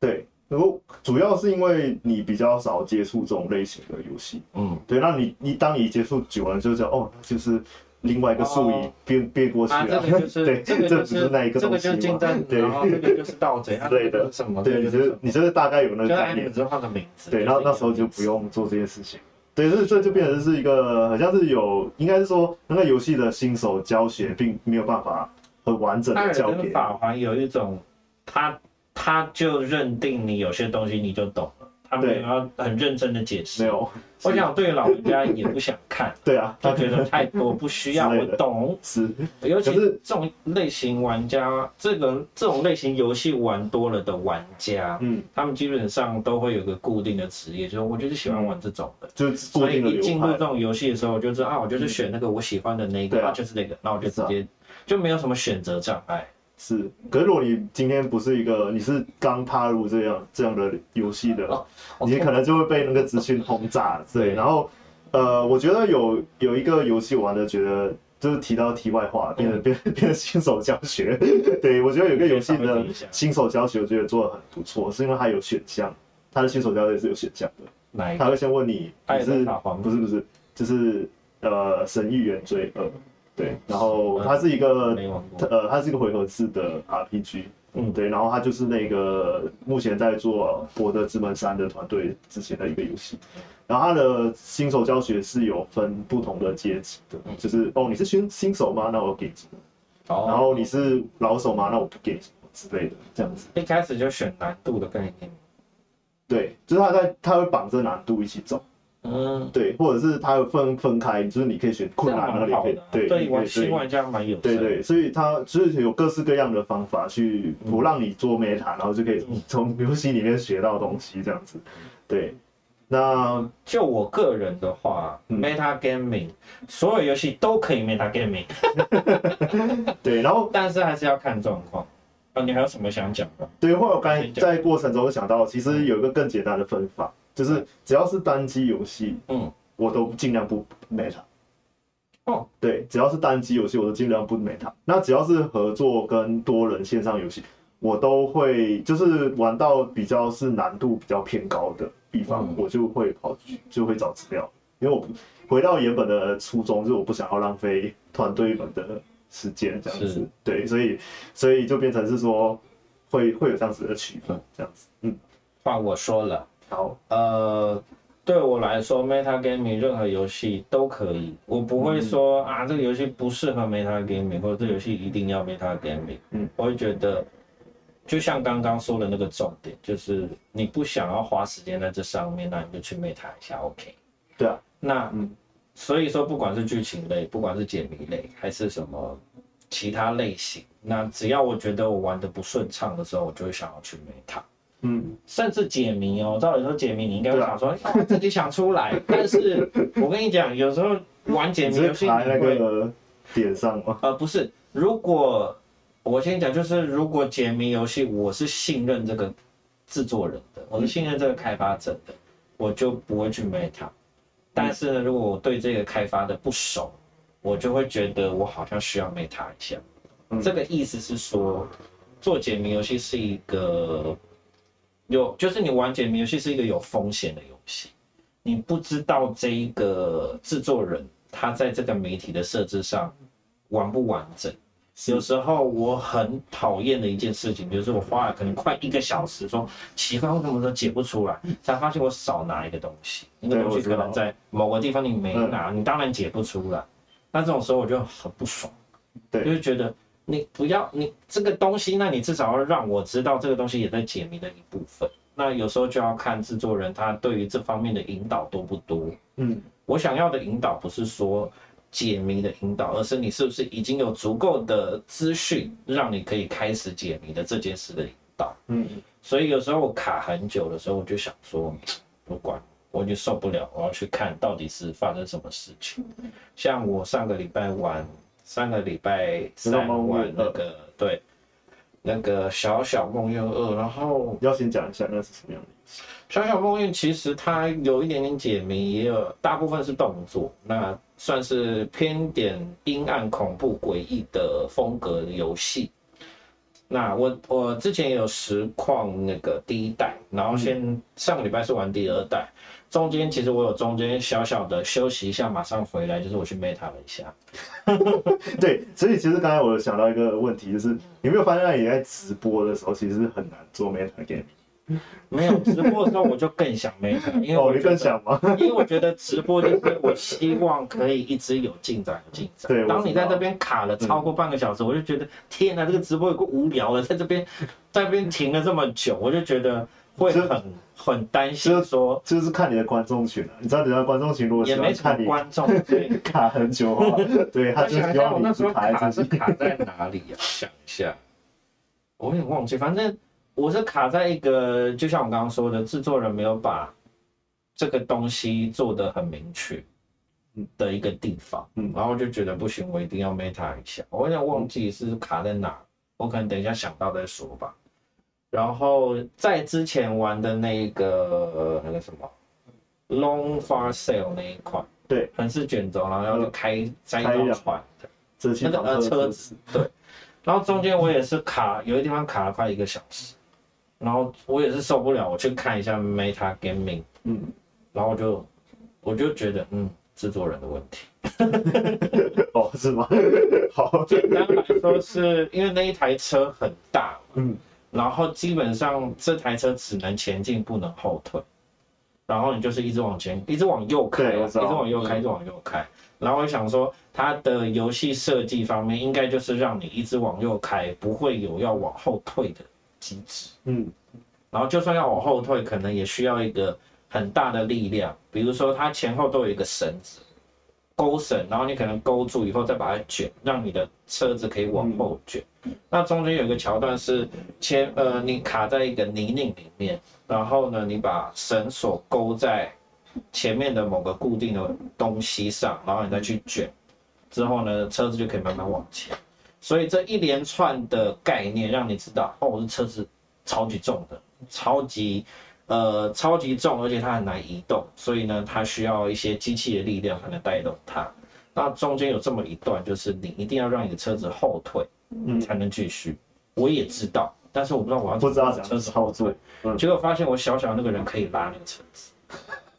[SPEAKER 2] 对，然后主要是因为你比较少接触这种类型的游戏，
[SPEAKER 1] 嗯，
[SPEAKER 2] 对，那你你当你接触久了，你就知道哦，就是另外一个术语
[SPEAKER 1] 哦
[SPEAKER 2] 变变过去
[SPEAKER 1] 啊，这
[SPEAKER 2] 了， [laughs]
[SPEAKER 1] 个就是，
[SPEAKER 2] 对，
[SPEAKER 1] 这个
[SPEAKER 2] 这
[SPEAKER 1] 就
[SPEAKER 2] 不是那一个
[SPEAKER 1] 这
[SPEAKER 2] 东
[SPEAKER 1] 个
[SPEAKER 2] 西
[SPEAKER 1] 就是
[SPEAKER 2] 嘛
[SPEAKER 1] 近战，，
[SPEAKER 2] 对
[SPEAKER 1] 然后这个就是盗贼，啊
[SPEAKER 2] 之类的
[SPEAKER 1] 这个是什么？
[SPEAKER 2] 对，
[SPEAKER 1] 这
[SPEAKER 2] 你
[SPEAKER 1] 个
[SPEAKER 2] 就是
[SPEAKER 1] 什
[SPEAKER 2] 是
[SPEAKER 1] 么
[SPEAKER 2] 你就是大概有那
[SPEAKER 1] 就
[SPEAKER 2] 个
[SPEAKER 1] 是
[SPEAKER 2] 概
[SPEAKER 1] 哎，
[SPEAKER 2] 念
[SPEAKER 1] 你，只是换个名字。
[SPEAKER 2] 呃对，
[SPEAKER 1] 就是
[SPEAKER 2] 那
[SPEAKER 1] 一
[SPEAKER 2] 那
[SPEAKER 1] 个
[SPEAKER 2] 时候就
[SPEAKER 1] 名
[SPEAKER 2] 不
[SPEAKER 1] 字。
[SPEAKER 2] 用做这些事情。对，这这就变成是一个很像是有，应该是说那个游戏的新手教学并没有办法很完整
[SPEAKER 1] 艾
[SPEAKER 2] 的
[SPEAKER 1] 尔
[SPEAKER 2] 教给
[SPEAKER 1] 跟
[SPEAKER 2] 你。
[SPEAKER 1] 法环有一种，他他就认定你有些东西你就懂了，他没有
[SPEAKER 2] 对
[SPEAKER 1] 要很认真的解
[SPEAKER 2] 没
[SPEAKER 1] 释。
[SPEAKER 2] 有，
[SPEAKER 1] 我想对老人家也不想
[SPEAKER 2] [laughs]
[SPEAKER 1] 看，
[SPEAKER 2] 对啊，
[SPEAKER 1] 他觉得太多不需要，
[SPEAKER 2] 之
[SPEAKER 1] 我
[SPEAKER 2] 类的
[SPEAKER 1] 懂。
[SPEAKER 2] 是，
[SPEAKER 1] 尤其
[SPEAKER 2] 可是
[SPEAKER 1] 这种类型玩家，这个这种类型游戏玩多了的玩家，
[SPEAKER 2] 嗯，
[SPEAKER 1] 他们基本上都会有一个固定的职业，就是我就是喜欢玩这种的。
[SPEAKER 2] 就是固
[SPEAKER 1] 所以
[SPEAKER 2] 定的
[SPEAKER 1] 一进
[SPEAKER 2] 流
[SPEAKER 1] 入这
[SPEAKER 2] 派，嗯
[SPEAKER 1] 种游戏的时候，我就知道啊，我就是选那个我喜欢的那
[SPEAKER 2] 对
[SPEAKER 1] 个，
[SPEAKER 2] 啊
[SPEAKER 1] 啊就是那个，那我就直接就没有什么选择障碍。
[SPEAKER 2] 是。可是如果你今天不是一个，你是刚踏入这样这样的游戏的
[SPEAKER 1] 哦嗯
[SPEAKER 2] 你可能就会被那个资讯轰炸，对。然后，呃，我觉得有有一个游戏玩的，觉得就是提到题外话，
[SPEAKER 1] 嗯
[SPEAKER 2] 变得变得变得新手教学。 [laughs] 对我觉得有一个游戏
[SPEAKER 1] 稍微
[SPEAKER 2] 的
[SPEAKER 1] 提一下
[SPEAKER 2] 新手教学，我觉得做的很不错，是因为它有选项，它的新手教学是有选项的，
[SPEAKER 1] 哪一个？
[SPEAKER 2] 他会先问你
[SPEAKER 1] 它哎
[SPEAKER 2] 你
[SPEAKER 1] 也
[SPEAKER 2] 是
[SPEAKER 1] 在打黄
[SPEAKER 2] 不是不是就是呃神域原罪二，对，然后
[SPEAKER 1] 嗯
[SPEAKER 2] 它是一个
[SPEAKER 1] 没玩
[SPEAKER 2] 它
[SPEAKER 1] 过。
[SPEAKER 2] 呃，它是一个回合制的 RPG，
[SPEAKER 1] 嗯
[SPEAKER 2] 对，然后它就是那个目前在做呃《博德之门三》的团队之前的一个游戏，然后它的新手教学是有分不同的阶级的，
[SPEAKER 1] 嗯
[SPEAKER 2] 就是哦你是新新手吗？那我给你什么？然
[SPEAKER 1] 然
[SPEAKER 2] 后你是老手吗？那我不给你什么之类的，这样子。
[SPEAKER 1] 一开始就选难度的概念。
[SPEAKER 2] 对，就是它在它会绑着难度一起走，
[SPEAKER 1] 嗯，
[SPEAKER 2] 对，或者是它会分分开，就是你可以选
[SPEAKER 1] 这
[SPEAKER 2] 困
[SPEAKER 1] 样
[SPEAKER 2] 难，然后
[SPEAKER 1] 蛮
[SPEAKER 2] 你
[SPEAKER 1] 好
[SPEAKER 2] 可以
[SPEAKER 1] 的啊。
[SPEAKER 2] 对，
[SPEAKER 1] 对
[SPEAKER 2] 你可
[SPEAKER 1] 玩
[SPEAKER 2] 以对
[SPEAKER 1] 新玩家蛮友
[SPEAKER 2] 对
[SPEAKER 1] 善。
[SPEAKER 2] 对，所以它就是有各式各样的方法去
[SPEAKER 1] 嗯
[SPEAKER 2] 不让你做 meta，然后就可以从游戏里面学到东西这样子。
[SPEAKER 1] 嗯
[SPEAKER 2] 对，那
[SPEAKER 1] 就我个人的话
[SPEAKER 2] 嗯
[SPEAKER 1] ，meta gaming 所有游戏都可以 meta gaming，
[SPEAKER 2] 对，然后
[SPEAKER 1] 但是还是要看状况。啊，你还有什么想讲的？
[SPEAKER 2] 对，或者我刚
[SPEAKER 1] 嗯
[SPEAKER 2] 才在过程中想到，其实有一个更简单的分法，就是只要是单机游戏，
[SPEAKER 1] 嗯，
[SPEAKER 2] 我都尽量不 meta。
[SPEAKER 1] 哦，
[SPEAKER 2] 对，只要是单机游戏，我都尽量不 meta。那只要是合作跟多人线上游戏，我都会就是玩到比较是难度比较偏高的地方，
[SPEAKER 1] 嗯
[SPEAKER 2] 我就会跑去就会找资料，因为我回到原本的初衷，就是我不想要浪费团队们的时间这样
[SPEAKER 1] 是
[SPEAKER 2] 子。对，所以所以就变成是说会会有这样子的区分，这样子。嗯，
[SPEAKER 1] 话我说了。
[SPEAKER 2] 好，
[SPEAKER 1] 呃，对我来说，meta gaming 任何游戏都可
[SPEAKER 2] 嗯
[SPEAKER 1] 以，我不会说、啊这个游戏不适合 meta gaming，或者这个游戏一定要 meta gaming。
[SPEAKER 2] 嗯，
[SPEAKER 1] 我会觉得，就像刚刚说的那个重点，就是你不想要花时间在这上面，那你就去 meta 一下，OK。
[SPEAKER 2] 对啊，
[SPEAKER 1] 那
[SPEAKER 2] 嗯
[SPEAKER 1] 所以说，不管是剧情类，不管是解谜类，还是什么其他类型，那只要我觉得我玩的不顺畅的时候，我就会想要去 meta。
[SPEAKER 2] 嗯，
[SPEAKER 1] 甚至解谜哦，照理说解谜你应该会
[SPEAKER 2] 对啊
[SPEAKER 1] 想说、哎我自己想出
[SPEAKER 2] [laughs]
[SPEAKER 1] 来，但是我跟你讲，有时候玩解
[SPEAKER 2] 你
[SPEAKER 1] 谜
[SPEAKER 2] 是
[SPEAKER 1] 游戏
[SPEAKER 2] 卡在那
[SPEAKER 1] 你会
[SPEAKER 2] 个点上吗？
[SPEAKER 1] 呃不是，如果我先讲就是如果解谜游戏我是信任这个制作人的，我是信任这个开发者的，我就不会去 meta。但是呢，如果我对这个开发的不熟，我就会觉得我好像需要 meta 一下。
[SPEAKER 2] 嗯
[SPEAKER 1] 这个意思是说，做解谜游戏是一个有，就是你玩解谜游戏是一个有风险的游戏，你不知道这一个制作人他在这个媒体的设置上完不完整。有时候我很讨厌的一件事情，就是我花了可能快一个小时说，奇怪为什么都解不出来，才发现我少拿一个东西，那个
[SPEAKER 2] 对
[SPEAKER 1] 东西
[SPEAKER 2] 我知
[SPEAKER 1] 可
[SPEAKER 2] 道
[SPEAKER 1] 能在某个地方你没拿，你当然解不出来。那这种时候我就很不爽，
[SPEAKER 2] 对
[SPEAKER 1] 就是觉得你不要你这个东西，那你至少要让我知道这个东西也在解谜的一部分。那有时候就要看制作人他对于这方面的引导多不多。
[SPEAKER 2] 嗯，
[SPEAKER 1] 我想要的引导不是说解谜的引导，而是你是不是已经有足够的资讯，让你可以开始解谜的这件事的引导。
[SPEAKER 2] 嗯，
[SPEAKER 1] 所以有时候我卡很久的时候，我就想说，嗯不管，我已经受不了，我要去看到底是发生什么事情。像我上个礼拜玩，上个礼拜三玩那个对。那个小小梦愿二，然后
[SPEAKER 2] 要先讲一下那是什么样的游 [laughs] 戏。
[SPEAKER 1] 小小梦魇其实它有一点点解谜，也有大部分是动作，那算是偏点阴暗、恐怖、诡异的风格游戏。那我我之前也有实况那个第一代，然后先、上个礼拜是玩第二代，中间其实我有中间小小的休息一下，马上回来，就是我去 Meta 了一下。
[SPEAKER 2] 对，所以其实刚才我有想到一个问题，就是你有没有发现，在你在直播的时候，其实很难做 meta game。
[SPEAKER 1] 没有直播的时候，我就更想 Meta，因为
[SPEAKER 2] 哦，
[SPEAKER 1] 我
[SPEAKER 2] 你
[SPEAKER 1] 觉
[SPEAKER 2] 更
[SPEAKER 1] 得
[SPEAKER 2] 想吗？ [laughs]
[SPEAKER 1] 因为我觉得直播就是我希望可以一直有进展，有进展。
[SPEAKER 2] 对我知道
[SPEAKER 1] 当你在这边卡了超过半个小时，我就觉得天哪，这个直播有够无聊了，在这边在这边停了这么久，我就觉得会
[SPEAKER 2] 就
[SPEAKER 1] 很很担心说。
[SPEAKER 2] 就是看你的观众群啊，你知道你的观众群如果喜
[SPEAKER 1] 也
[SPEAKER 2] 欢
[SPEAKER 1] 没什
[SPEAKER 2] 看
[SPEAKER 1] 么
[SPEAKER 2] 你
[SPEAKER 1] 观众，对。
[SPEAKER 2] 卡很久
[SPEAKER 1] [laughs]
[SPEAKER 2] 的话，对， [laughs] 他
[SPEAKER 1] 我
[SPEAKER 2] 就
[SPEAKER 1] 想一
[SPEAKER 2] 希
[SPEAKER 1] 下，我
[SPEAKER 2] 望
[SPEAKER 1] 那
[SPEAKER 2] 你
[SPEAKER 1] 时
[SPEAKER 2] 去
[SPEAKER 1] 候卡
[SPEAKER 2] 卡
[SPEAKER 1] 是
[SPEAKER 2] 自己。
[SPEAKER 1] 卡在哪里呀、 [laughs] 想一下，我有点忘记，反正我是卡在一个，就像我刚刚说的，制作人没有把这个东西做得很明确
[SPEAKER 2] 嗯
[SPEAKER 1] 的一个地方，
[SPEAKER 2] [laughs] 嗯
[SPEAKER 1] 然后就觉得不行，我一定要 meta 一下，我有点忘记是卡在哪，我可能等一下想到再说吧。然后在之前玩的那个那个什么 Long Far Sail 那一款，
[SPEAKER 2] 对，
[SPEAKER 1] 横式卷轴，然后要去开摘一
[SPEAKER 2] 开一
[SPEAKER 1] 条
[SPEAKER 2] 辆
[SPEAKER 1] 船，
[SPEAKER 2] 这期
[SPEAKER 1] 那个呃车子，对。然后中间我也是卡，有些地方卡了快一个小时，然后我也是受不了，我去看一下 Meta Gaming，
[SPEAKER 2] 嗯，
[SPEAKER 1] 然后我就我就觉得嗯，制作人的问题。呃
[SPEAKER 2] [laughs] 哦，是吗？好，
[SPEAKER 1] 简单来说是因为那一台车很大，
[SPEAKER 2] 嗯，
[SPEAKER 1] 然后基本上这台车只能前进不能后退，然后你就是一直往前，一直往右开啊，
[SPEAKER 2] 对我
[SPEAKER 1] 一
[SPEAKER 2] 知
[SPEAKER 1] 直
[SPEAKER 2] 道
[SPEAKER 1] 往右开，
[SPEAKER 3] 嗯
[SPEAKER 1] 一直往右开。然后我想说，它的游戏设计方面应该就是让你一直往右开，不会有要往后退的机制。
[SPEAKER 2] 嗯，
[SPEAKER 1] 然后就算要往后退，可能也需要一个很大的力量，比如说它前后都有一个绳子勾绳，然后你可能勾住以后再把它卷，让你的车子可以往后卷。那中间有一个桥段是前呃你卡在一个泥泞里面，然后呢你把绳索勾在前面的某个固定的东西上，然后你再去卷，之后呢车子就可以慢慢往前。所以这一连串的概念让你知道，哦，这车子超级重的，超级呃超级重，而且它很难移动，所以呢，它需要一些机器的力量才能带动它。那中间有这么一段，就是你一定要让你的车子后退，
[SPEAKER 2] 嗯
[SPEAKER 1] 才能继续。我也知道，但是我不知道我要
[SPEAKER 2] 不知道怎
[SPEAKER 1] 车
[SPEAKER 2] 样
[SPEAKER 1] 子后
[SPEAKER 2] 操
[SPEAKER 1] 退
[SPEAKER 2] 作，，嗯
[SPEAKER 1] 结果发现我小小那个人可以拉那个车子。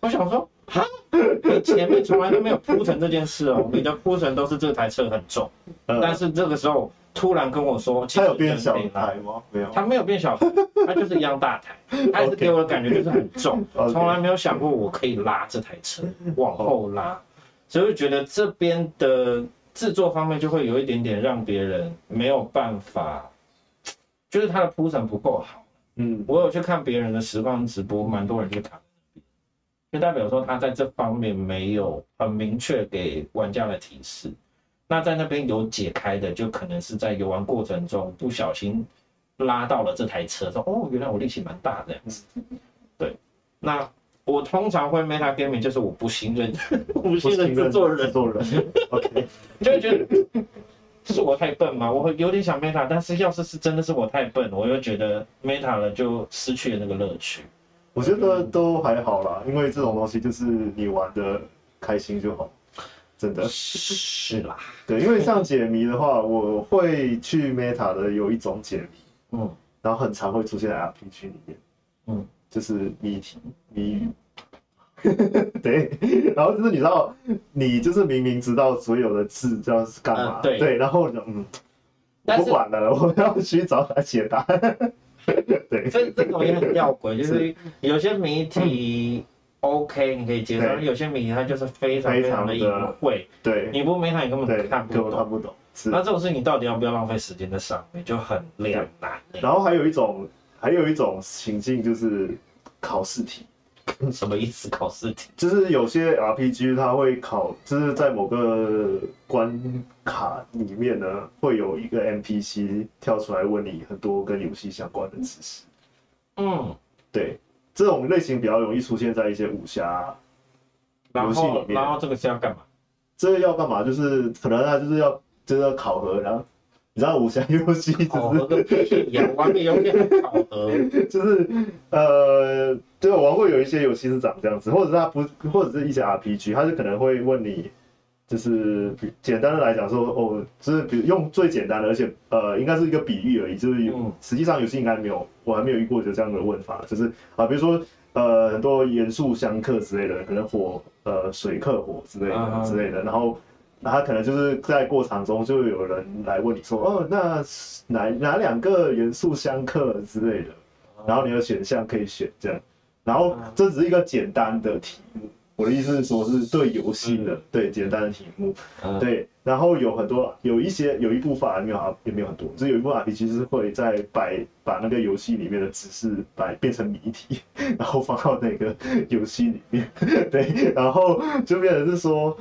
[SPEAKER 1] 我想说，哈，你前面从来都没有铺陈这件事哦，你的铺陈都是这台车很重，但
[SPEAKER 2] 呃，
[SPEAKER 1] 是这个时候突然跟我说，其
[SPEAKER 2] 他
[SPEAKER 1] 实
[SPEAKER 2] 有变小
[SPEAKER 1] 人可以拉
[SPEAKER 2] 台吗？没有，
[SPEAKER 1] 它没有变小台，它就是一样大台，
[SPEAKER 2] [laughs]
[SPEAKER 1] 它一直给我的感觉就是很重，
[SPEAKER 2] OK
[SPEAKER 1] 从来没有想过我可以拉这台
[SPEAKER 2] [laughs]
[SPEAKER 1] 车往后拉，所以我觉得这边的制作方面就会有一点点让别人没有办法，就是它的铺陈不够好。
[SPEAKER 2] 嗯，
[SPEAKER 1] 我有去看别人的实况直播，蛮多人去谈，就代表说他在这方面没有很明确给玩家的提示。那在那边有解开的，就可能是在游玩过程中不小心拉到了这台车，说哦，原来我力气蛮大的样子。对，那我通常会 meta gaming，就是我不信任，我不信任制作人
[SPEAKER 2] 制，作人 [laughs] ，OK，
[SPEAKER 1] 就会觉得是我太笨吗？我会有点想 Meta，但是要是是真的是我太笨，我又觉得 Meta 了就失去了那个乐趣。
[SPEAKER 2] 我觉得都还好啦，因为这种东西就是你玩的开心就好，真的。
[SPEAKER 1] 是啦，
[SPEAKER 2] 对，因为像解谜的话，我会去 Meta 的有一种解谜，
[SPEAKER 1] 嗯，
[SPEAKER 2] 然后很常会出现在 RPG 里面，
[SPEAKER 1] 嗯，
[SPEAKER 2] 就是谜题、谜 [laughs] 语。对，然后就是你知道，你就是明明知道所有的字知道是干嘛，
[SPEAKER 1] 嗯对
[SPEAKER 2] 然后我就嗯，我
[SPEAKER 1] 但
[SPEAKER 2] 不
[SPEAKER 1] 是
[SPEAKER 2] 管了， [laughs] 我要去找他解答。 [laughs] 对，
[SPEAKER 1] 这这种也很吊诡，就是有些谜题 OK 你可以接受，
[SPEAKER 2] 嗯对
[SPEAKER 1] 但有些谜题它就是非常
[SPEAKER 2] 非
[SPEAKER 1] 非常
[SPEAKER 2] 常
[SPEAKER 1] 的
[SPEAKER 2] 的
[SPEAKER 1] 隐晦，
[SPEAKER 2] 对，
[SPEAKER 1] 你不 Meta 你根
[SPEAKER 2] 对，
[SPEAKER 1] 本看
[SPEAKER 2] 根
[SPEAKER 1] 不
[SPEAKER 2] 本看
[SPEAKER 1] 懂。
[SPEAKER 2] 不懂，是。
[SPEAKER 1] 那这种事情到底要不要浪费时间在上面，就很两难欸、
[SPEAKER 2] 然后还有一种，还有一种情境就是考试题。
[SPEAKER 1] 什么意思？考试题？
[SPEAKER 2] 就是有些 RPG 它会考，就是在某个关卡里面呢，会有一个 NPC 跳出来问你很多跟游戏相关的知识。
[SPEAKER 1] 嗯，
[SPEAKER 2] 对，这种类型比较容易出现在一些武侠。
[SPEAKER 1] 然
[SPEAKER 2] 游戏
[SPEAKER 1] 后
[SPEAKER 2] 里面
[SPEAKER 1] 然后这个是要干嘛？
[SPEAKER 2] 这个要干嘛？就是可能它就是要就是要考核，然后你知道武侠游戏就是、 [laughs]
[SPEAKER 1] 考核哦个屁呀！玩个游戏还考核，
[SPEAKER 2] 就是呃，对我玩过有一些游戏是长这样子，或者是它不，或者是一些 RPG，它是可能会问你就是比简单的来讲说，哦，就是比如用最简单的，而且呃，应该是一个比喻而已，就是
[SPEAKER 1] 嗯
[SPEAKER 2] 实际上游戏应该没有，我还没有遇过有这样的问法，就是啊，比如说呃，很多元素相克之类的，可能火呃水克火之类
[SPEAKER 1] 啊
[SPEAKER 2] 的之类的，然后那他可能就是在过场中就有人来问你说，哦，那哪哪两个元素相克之类的，然后你的选项可以选这样，然后这只是一个简单的题目。我的意思是说，是对游戏的，对简单的题目，
[SPEAKER 1] 嗯
[SPEAKER 2] 对，然后有很多有一些有一部分 R 没有 R 也没有很多，就是有一部分 RPG 是会在摆把那个游戏里面的知识摆变成谜题， [laughs] 然后放到那个游戏里面， [laughs] 对，然后就变成是说。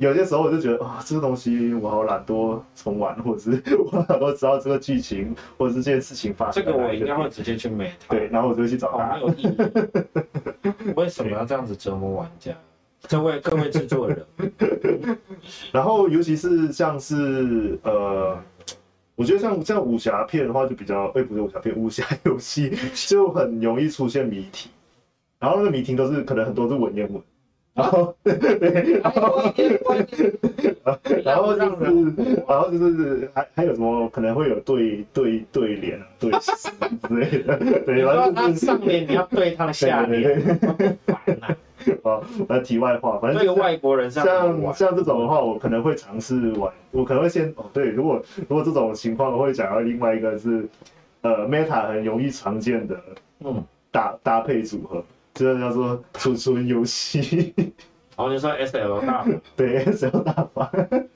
[SPEAKER 2] 有些时候我就觉得啊、这个东西我好懒惰重玩，或者是 [laughs] 我好懒惰知道这个剧情，或者是这件事情发
[SPEAKER 1] 这
[SPEAKER 2] 生
[SPEAKER 1] 个
[SPEAKER 2] 在哪
[SPEAKER 1] 我应
[SPEAKER 2] 一个
[SPEAKER 1] 该
[SPEAKER 2] 点。
[SPEAKER 1] 会直接去美它，
[SPEAKER 2] 对，然后我就会去找答
[SPEAKER 1] 好
[SPEAKER 2] 案
[SPEAKER 1] 没。有意义。
[SPEAKER 2] [laughs]
[SPEAKER 1] 为什么要这样子折磨玩家？各位各位制作人，
[SPEAKER 2] 然后尤其是像是呃，我觉得像像武侠片的话，就比较哎、不是武侠片，武侠游
[SPEAKER 1] [laughs]
[SPEAKER 2] 戏就很容易出现谜题，然后那个谜题都是可能很多是文言文，然后对，然后然后就是然后就是还还有什么可能会有对对对联啊对诗之类的， [laughs]
[SPEAKER 1] 你
[SPEAKER 2] 对，
[SPEAKER 1] 说
[SPEAKER 2] 反
[SPEAKER 1] 他
[SPEAKER 2] 正就是
[SPEAKER 1] 上脸，你要对他的下脸，烦呐！
[SPEAKER 2] 啊，呃，题外话，反正
[SPEAKER 1] 对
[SPEAKER 2] 就
[SPEAKER 1] 个
[SPEAKER 2] 是
[SPEAKER 1] 外国人上
[SPEAKER 2] 像
[SPEAKER 1] 玩，
[SPEAKER 2] 像这种的话，我可能会尝试玩，我可能会先哦，对，如果如果这种情况，我会讲到另外一个是，呃，Meta 很容易常见的
[SPEAKER 1] 嗯，
[SPEAKER 2] 搭搭配组合，就是
[SPEAKER 1] [laughs]
[SPEAKER 2] 叫做储存游戏，
[SPEAKER 1] 然后就说 S L 大法
[SPEAKER 2] 对，S L 大法，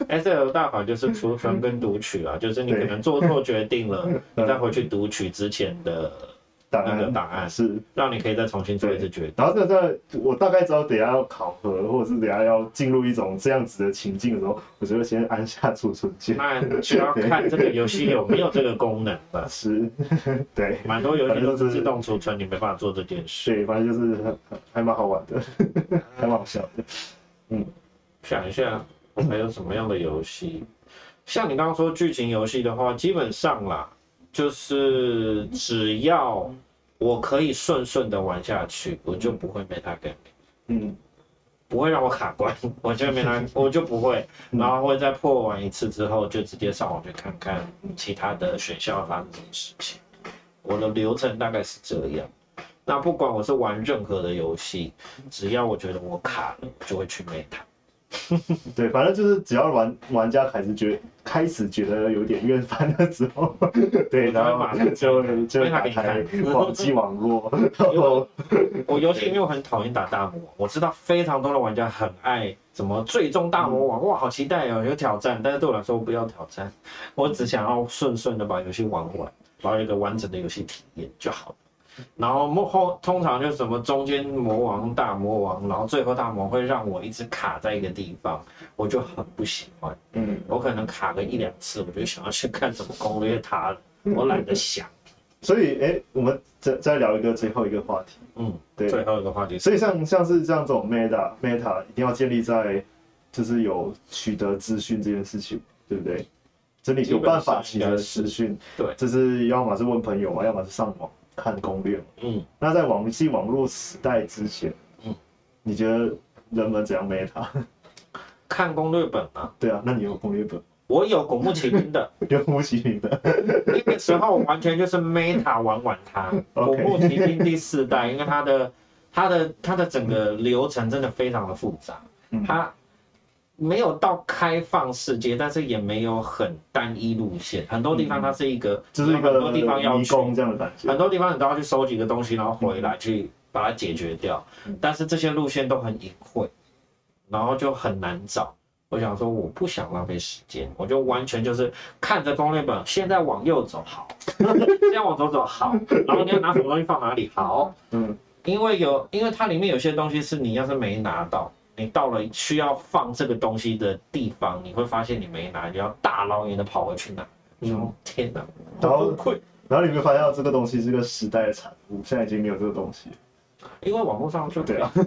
[SPEAKER 1] ，S L 大法就是储存跟读取啊，就是你可能做错决定了，你再回去读取之前的，
[SPEAKER 2] 档
[SPEAKER 1] 那个
[SPEAKER 2] 案
[SPEAKER 1] 档案
[SPEAKER 2] 是，
[SPEAKER 1] 让你可以再重新做一次决定。
[SPEAKER 2] 然后这个在我大概知道等一下要考核，或者是等一下要进入一种这样子的情境的时候，我就会先按下储存键，
[SPEAKER 1] 那就要看这个游戏有没有这个功能了。
[SPEAKER 2] 是，对。
[SPEAKER 1] 蛮多游戏都是自动储存，你没办法做这件事。
[SPEAKER 2] 对，反正就是很很还蛮好玩的， [laughs] 还蛮好笑的。
[SPEAKER 1] 想一下，我还有什么样的游戏？像你刚刚说剧情游戏的话，基本上啦，就是只要我可以顺顺的玩下去，我就不会 meta game，
[SPEAKER 2] 嗯，
[SPEAKER 1] 不会让我卡关，我就 meta，我就不会，然后会在破完一次之后，就直接上网去看看其他的选项发生什么事情。我的流程大概是这样。那不管我是玩任何的游戏，只要我觉得我卡了，我就会去 meta。
[SPEAKER 2] 对，反正就是只要玩玩家开始觉开始觉得有点厌烦了之后， [laughs] 对，
[SPEAKER 1] 我就会
[SPEAKER 2] 然
[SPEAKER 1] 马
[SPEAKER 2] 后
[SPEAKER 1] 上
[SPEAKER 2] 就就
[SPEAKER 1] 被他
[SPEAKER 2] 打
[SPEAKER 1] 给你
[SPEAKER 2] 开
[SPEAKER 1] 看
[SPEAKER 2] 网际网络，
[SPEAKER 1] [laughs]
[SPEAKER 2] 然
[SPEAKER 1] 因为
[SPEAKER 2] [laughs] 后
[SPEAKER 1] 我游戏里面我很讨厌打大魔王，我知道非常多的玩家很爱什么最终大魔王，哇，好期待哦，有挑战。但是对我来说，我不要挑战，我只想要顺顺的把游戏玩完，然后有一个完整的游戏体验就好了。然后幕后通常就是什么中间魔王、大魔王，然后最后大魔王会让我一直卡在一个地方，我就很不喜欢。
[SPEAKER 2] 嗯，
[SPEAKER 1] 我可能卡个一两次，我就想要去看怎么攻略它了，我懒得想。
[SPEAKER 2] 所以哎，我们再再聊一个最后一个话题，
[SPEAKER 1] 嗯，
[SPEAKER 2] 对，
[SPEAKER 1] 最后一个话题是，
[SPEAKER 2] 所以像像是像这种 meta meta 一定要建立在就是有取得资讯这件事情，对不对？这里有办法取得资讯，
[SPEAKER 1] 基本上应该是对
[SPEAKER 2] 就是要么是问朋友嘛，啊要么是上网看攻略嘛。
[SPEAKER 1] 嗯。
[SPEAKER 2] 那在网际网络时代之前，
[SPEAKER 1] 嗯
[SPEAKER 2] 嗯，你觉得人们怎样 meta？
[SPEAKER 1] 看攻略本啊，
[SPEAKER 2] [laughs] 对啊，那你有攻略本，
[SPEAKER 1] 我有古墓奇兵的，
[SPEAKER 2] [laughs] 有吴奇平的，
[SPEAKER 1] 那个时候完全就是 Meta 玩玩它。古
[SPEAKER 2] OK
[SPEAKER 1] 墓奇兵第四代，因为它的它的它的整个流程真的非常的复杂，
[SPEAKER 2] 嗯
[SPEAKER 1] 它没有到开放世界，但是也没有很单一路线，很多地方它是一个，
[SPEAKER 2] 嗯就是一
[SPEAKER 1] 有很
[SPEAKER 2] 个
[SPEAKER 1] 多地方要
[SPEAKER 2] 迷
[SPEAKER 1] 去，啊
[SPEAKER 2] 宫这样的感觉。
[SPEAKER 1] 很多地方你都要去收集个东西，然后回来去把它解决掉。但是这些路线都很隐晦，然后就很难找。我想说，我不想浪费时间，我就完全就是看着攻略本，现在往右走好，现在往左走好，然后你要拿什么东西放哪里好，
[SPEAKER 2] 嗯，
[SPEAKER 1] 因为有，因为它里面有些东西是你要是没拿到，你到了需要放这个东西的地方，你会发现你没拿，你要大老远的跑回去拿。嗯，天哪，
[SPEAKER 2] 然后
[SPEAKER 1] 崩溃。
[SPEAKER 2] 然后你有没有发现到这个东西是个时代的产物，现在已经没有这个东
[SPEAKER 1] [laughs]
[SPEAKER 2] 西了。
[SPEAKER 1] 因为网络上就
[SPEAKER 2] 对
[SPEAKER 1] 啊
[SPEAKER 2] 啊，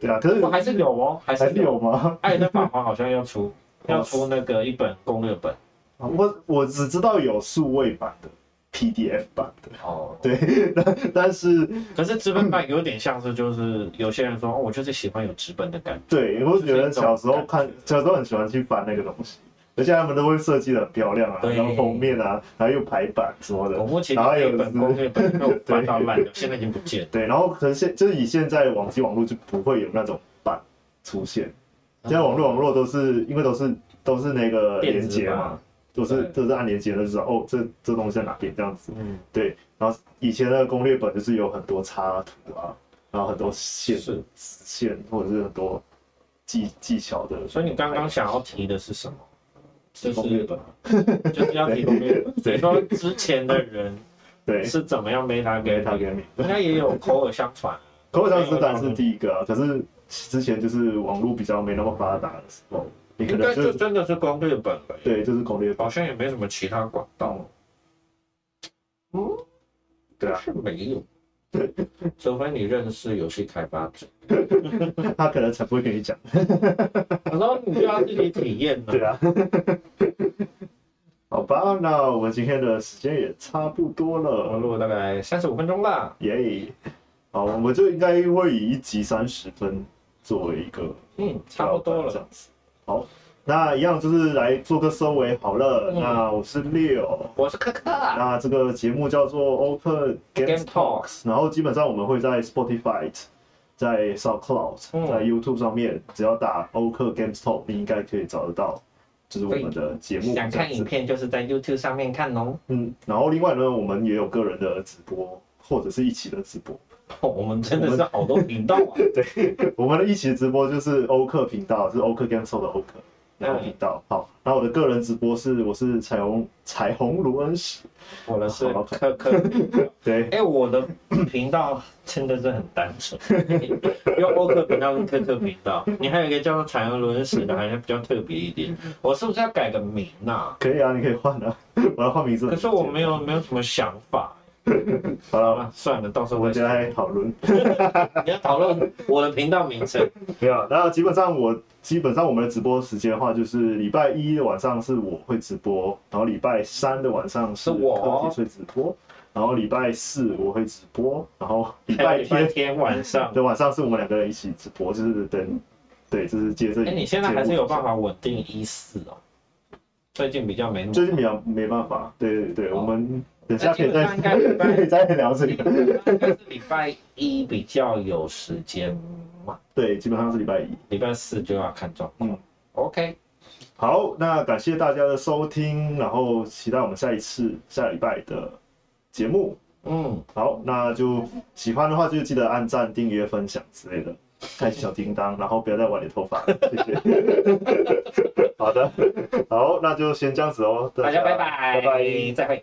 [SPEAKER 2] 对啊，可是
[SPEAKER 1] 我还是有哦，还
[SPEAKER 2] 还
[SPEAKER 1] 是
[SPEAKER 2] 是有吗？ [laughs]
[SPEAKER 1] 《艾登法环》好像要出，要出那个一本攻略本，
[SPEAKER 2] 我我只知道有数位版的， PDF 版的，
[SPEAKER 1] 哦，
[SPEAKER 2] 对，但 [laughs] 但是
[SPEAKER 1] 可是纸本版有点像是，就是有些人说，哦，我就是喜欢有纸本的感觉。
[SPEAKER 2] 对，我觉得
[SPEAKER 1] 这种
[SPEAKER 2] 小时候
[SPEAKER 1] 感
[SPEAKER 2] 看
[SPEAKER 1] 觉，
[SPEAKER 2] 小时候很喜欢去翻那个东西，而且他们都会设计的很漂亮啊，
[SPEAKER 1] 对
[SPEAKER 2] 然后封面啊，然后又排版什么的
[SPEAKER 1] 我目，前
[SPEAKER 2] 然后
[SPEAKER 1] 那
[SPEAKER 2] 还有
[SPEAKER 1] 一本
[SPEAKER 2] 是
[SPEAKER 1] 攻略本被我翻到烂了，现在已经不见了。
[SPEAKER 2] 对，然后可能现就是以现在网际网络就不会有那种版出现，现在网络网络都是因为都是都是那个
[SPEAKER 1] 电
[SPEAKER 2] 连
[SPEAKER 1] 子
[SPEAKER 2] 接嘛
[SPEAKER 1] 版，
[SPEAKER 2] 都是
[SPEAKER 1] 对
[SPEAKER 2] 都是按连接的，就知道哦，这这东西在哪边这样子。
[SPEAKER 1] 嗯，
[SPEAKER 2] 对，然后以前的攻略本就是有很多插图啊，然后很多线
[SPEAKER 1] 是
[SPEAKER 2] 线或者是很多技技巧的，
[SPEAKER 1] 所以你刚刚想要提的是什么？就是
[SPEAKER 2] 攻略本
[SPEAKER 1] 就是要提攻略本。
[SPEAKER 2] [laughs] 对
[SPEAKER 1] 你说之前的人
[SPEAKER 2] 对，
[SPEAKER 1] 是怎么样 meta
[SPEAKER 2] 给
[SPEAKER 1] game？
[SPEAKER 2] 他给你。
[SPEAKER 1] 应该也有口耳相传。
[SPEAKER 2] 口口相传当然是第一个啊，可是之前就是网络比较没那么发达的时候， [laughs] 你可
[SPEAKER 1] 应
[SPEAKER 2] 能
[SPEAKER 1] 该
[SPEAKER 2] 就
[SPEAKER 1] 就是真的是攻略本了，
[SPEAKER 2] 对，就是攻略法
[SPEAKER 1] 好像也没什么其他管道。嗯，
[SPEAKER 2] 对啊，
[SPEAKER 1] 是没有，除非你认识游戏开发者，
[SPEAKER 2] [laughs] 他可能才不会跟你讲。
[SPEAKER 1] 然后你就要自己体验了
[SPEAKER 2] 对。啊， [laughs] 好吧，那我们今天的时间也差不多
[SPEAKER 1] 我
[SPEAKER 2] 了
[SPEAKER 1] 们，录了大概三十五分钟啦，
[SPEAKER 2] 耶、好，我们就应该会以一集三十分作为一个
[SPEAKER 1] 嗯，差不多
[SPEAKER 2] 这
[SPEAKER 1] 了
[SPEAKER 2] 样。子。好，那一样就是来做个收尾好了。
[SPEAKER 1] 嗯
[SPEAKER 2] 那我是六。
[SPEAKER 1] 我是可可，啊
[SPEAKER 2] 那这个节目叫做 Open Game
[SPEAKER 1] Game
[SPEAKER 2] Talks，然后基本上我们会在 Spotify、在 SoundCloud、
[SPEAKER 1] 嗯
[SPEAKER 2] 在 YouTube 上面，只要打 Open Games Talk，你应该可以找得到，就是我们的节目。
[SPEAKER 1] 想看影片就是在 YouTube 上面看哦。
[SPEAKER 2] 嗯，然后另外呢，我们也有个人的直播，或者是一起的直播。 [laughs]
[SPEAKER 1] 我们真的是好多频道啊，
[SPEAKER 2] 我们的一起直播就是欧克频道，是欧克 Game Show 的欧
[SPEAKER 1] 嗯
[SPEAKER 2] 克，然后频道。好，那我的个人直播是我是彩虹彩虹卢恩石，
[SPEAKER 1] [laughs] 我的是
[SPEAKER 2] 好
[SPEAKER 1] 可可。
[SPEAKER 2] 对
[SPEAKER 1] 哎、我的频道真的是很单纯，有欧克频道跟科特频道，你还有一个叫做彩虹轮石的，好像比较特别一点。我是不是要改个名啊？
[SPEAKER 2] 可以啊，你可以换啊， [laughs] 我要换名字。
[SPEAKER 1] 可是我没有没有什么想法，
[SPEAKER 2] 好了
[SPEAKER 1] 好。吧，算了，到时候我
[SPEAKER 2] 我们现在讨论，
[SPEAKER 1] 你要讨论我的频道名称。
[SPEAKER 2] 没有。那基本上我基本上我们的直播时间的话，就是礼拜一的晚上是我会直播，然后礼拜三的晚上是
[SPEAKER 1] 是我
[SPEAKER 2] 科技会直播，然后礼拜四我会直播，然后礼
[SPEAKER 1] 还有
[SPEAKER 2] [laughs] 拜
[SPEAKER 1] 礼拜
[SPEAKER 2] 天
[SPEAKER 1] 天晚上，
[SPEAKER 2] 的晚上是我们两个人一起直
[SPEAKER 1] [laughs]
[SPEAKER 2] 播，就是等，对，就是接着。
[SPEAKER 1] 哎、你现在还是有办
[SPEAKER 2] 法？
[SPEAKER 1] 法稳定一四哦？最近比较没那么。
[SPEAKER 2] 最近没有没办法，对对对，
[SPEAKER 1] 哦
[SPEAKER 2] 我们等下可以
[SPEAKER 1] 哎那基本上应该
[SPEAKER 2] 再可以再聊这
[SPEAKER 1] 基
[SPEAKER 2] 个。
[SPEAKER 1] 本上应该是礼拜一比较有时间嘛，
[SPEAKER 2] [laughs] 对，基本上是礼拜一。
[SPEAKER 1] 礼拜四就要看状况。
[SPEAKER 2] 嗯
[SPEAKER 1] OK，
[SPEAKER 2] 好，那感谢大家的收听，然后期待我们下一次下礼拜的节目。
[SPEAKER 1] 嗯，
[SPEAKER 2] 好，那就喜欢的话就记得按赞、订阅、分享之
[SPEAKER 1] [laughs]
[SPEAKER 2] 类的，开启小叮当，然后不要再玩你头发了，谢谢。好的，好，那就先这样子哦，
[SPEAKER 1] 大家拜
[SPEAKER 2] 拜拜。
[SPEAKER 1] 再会。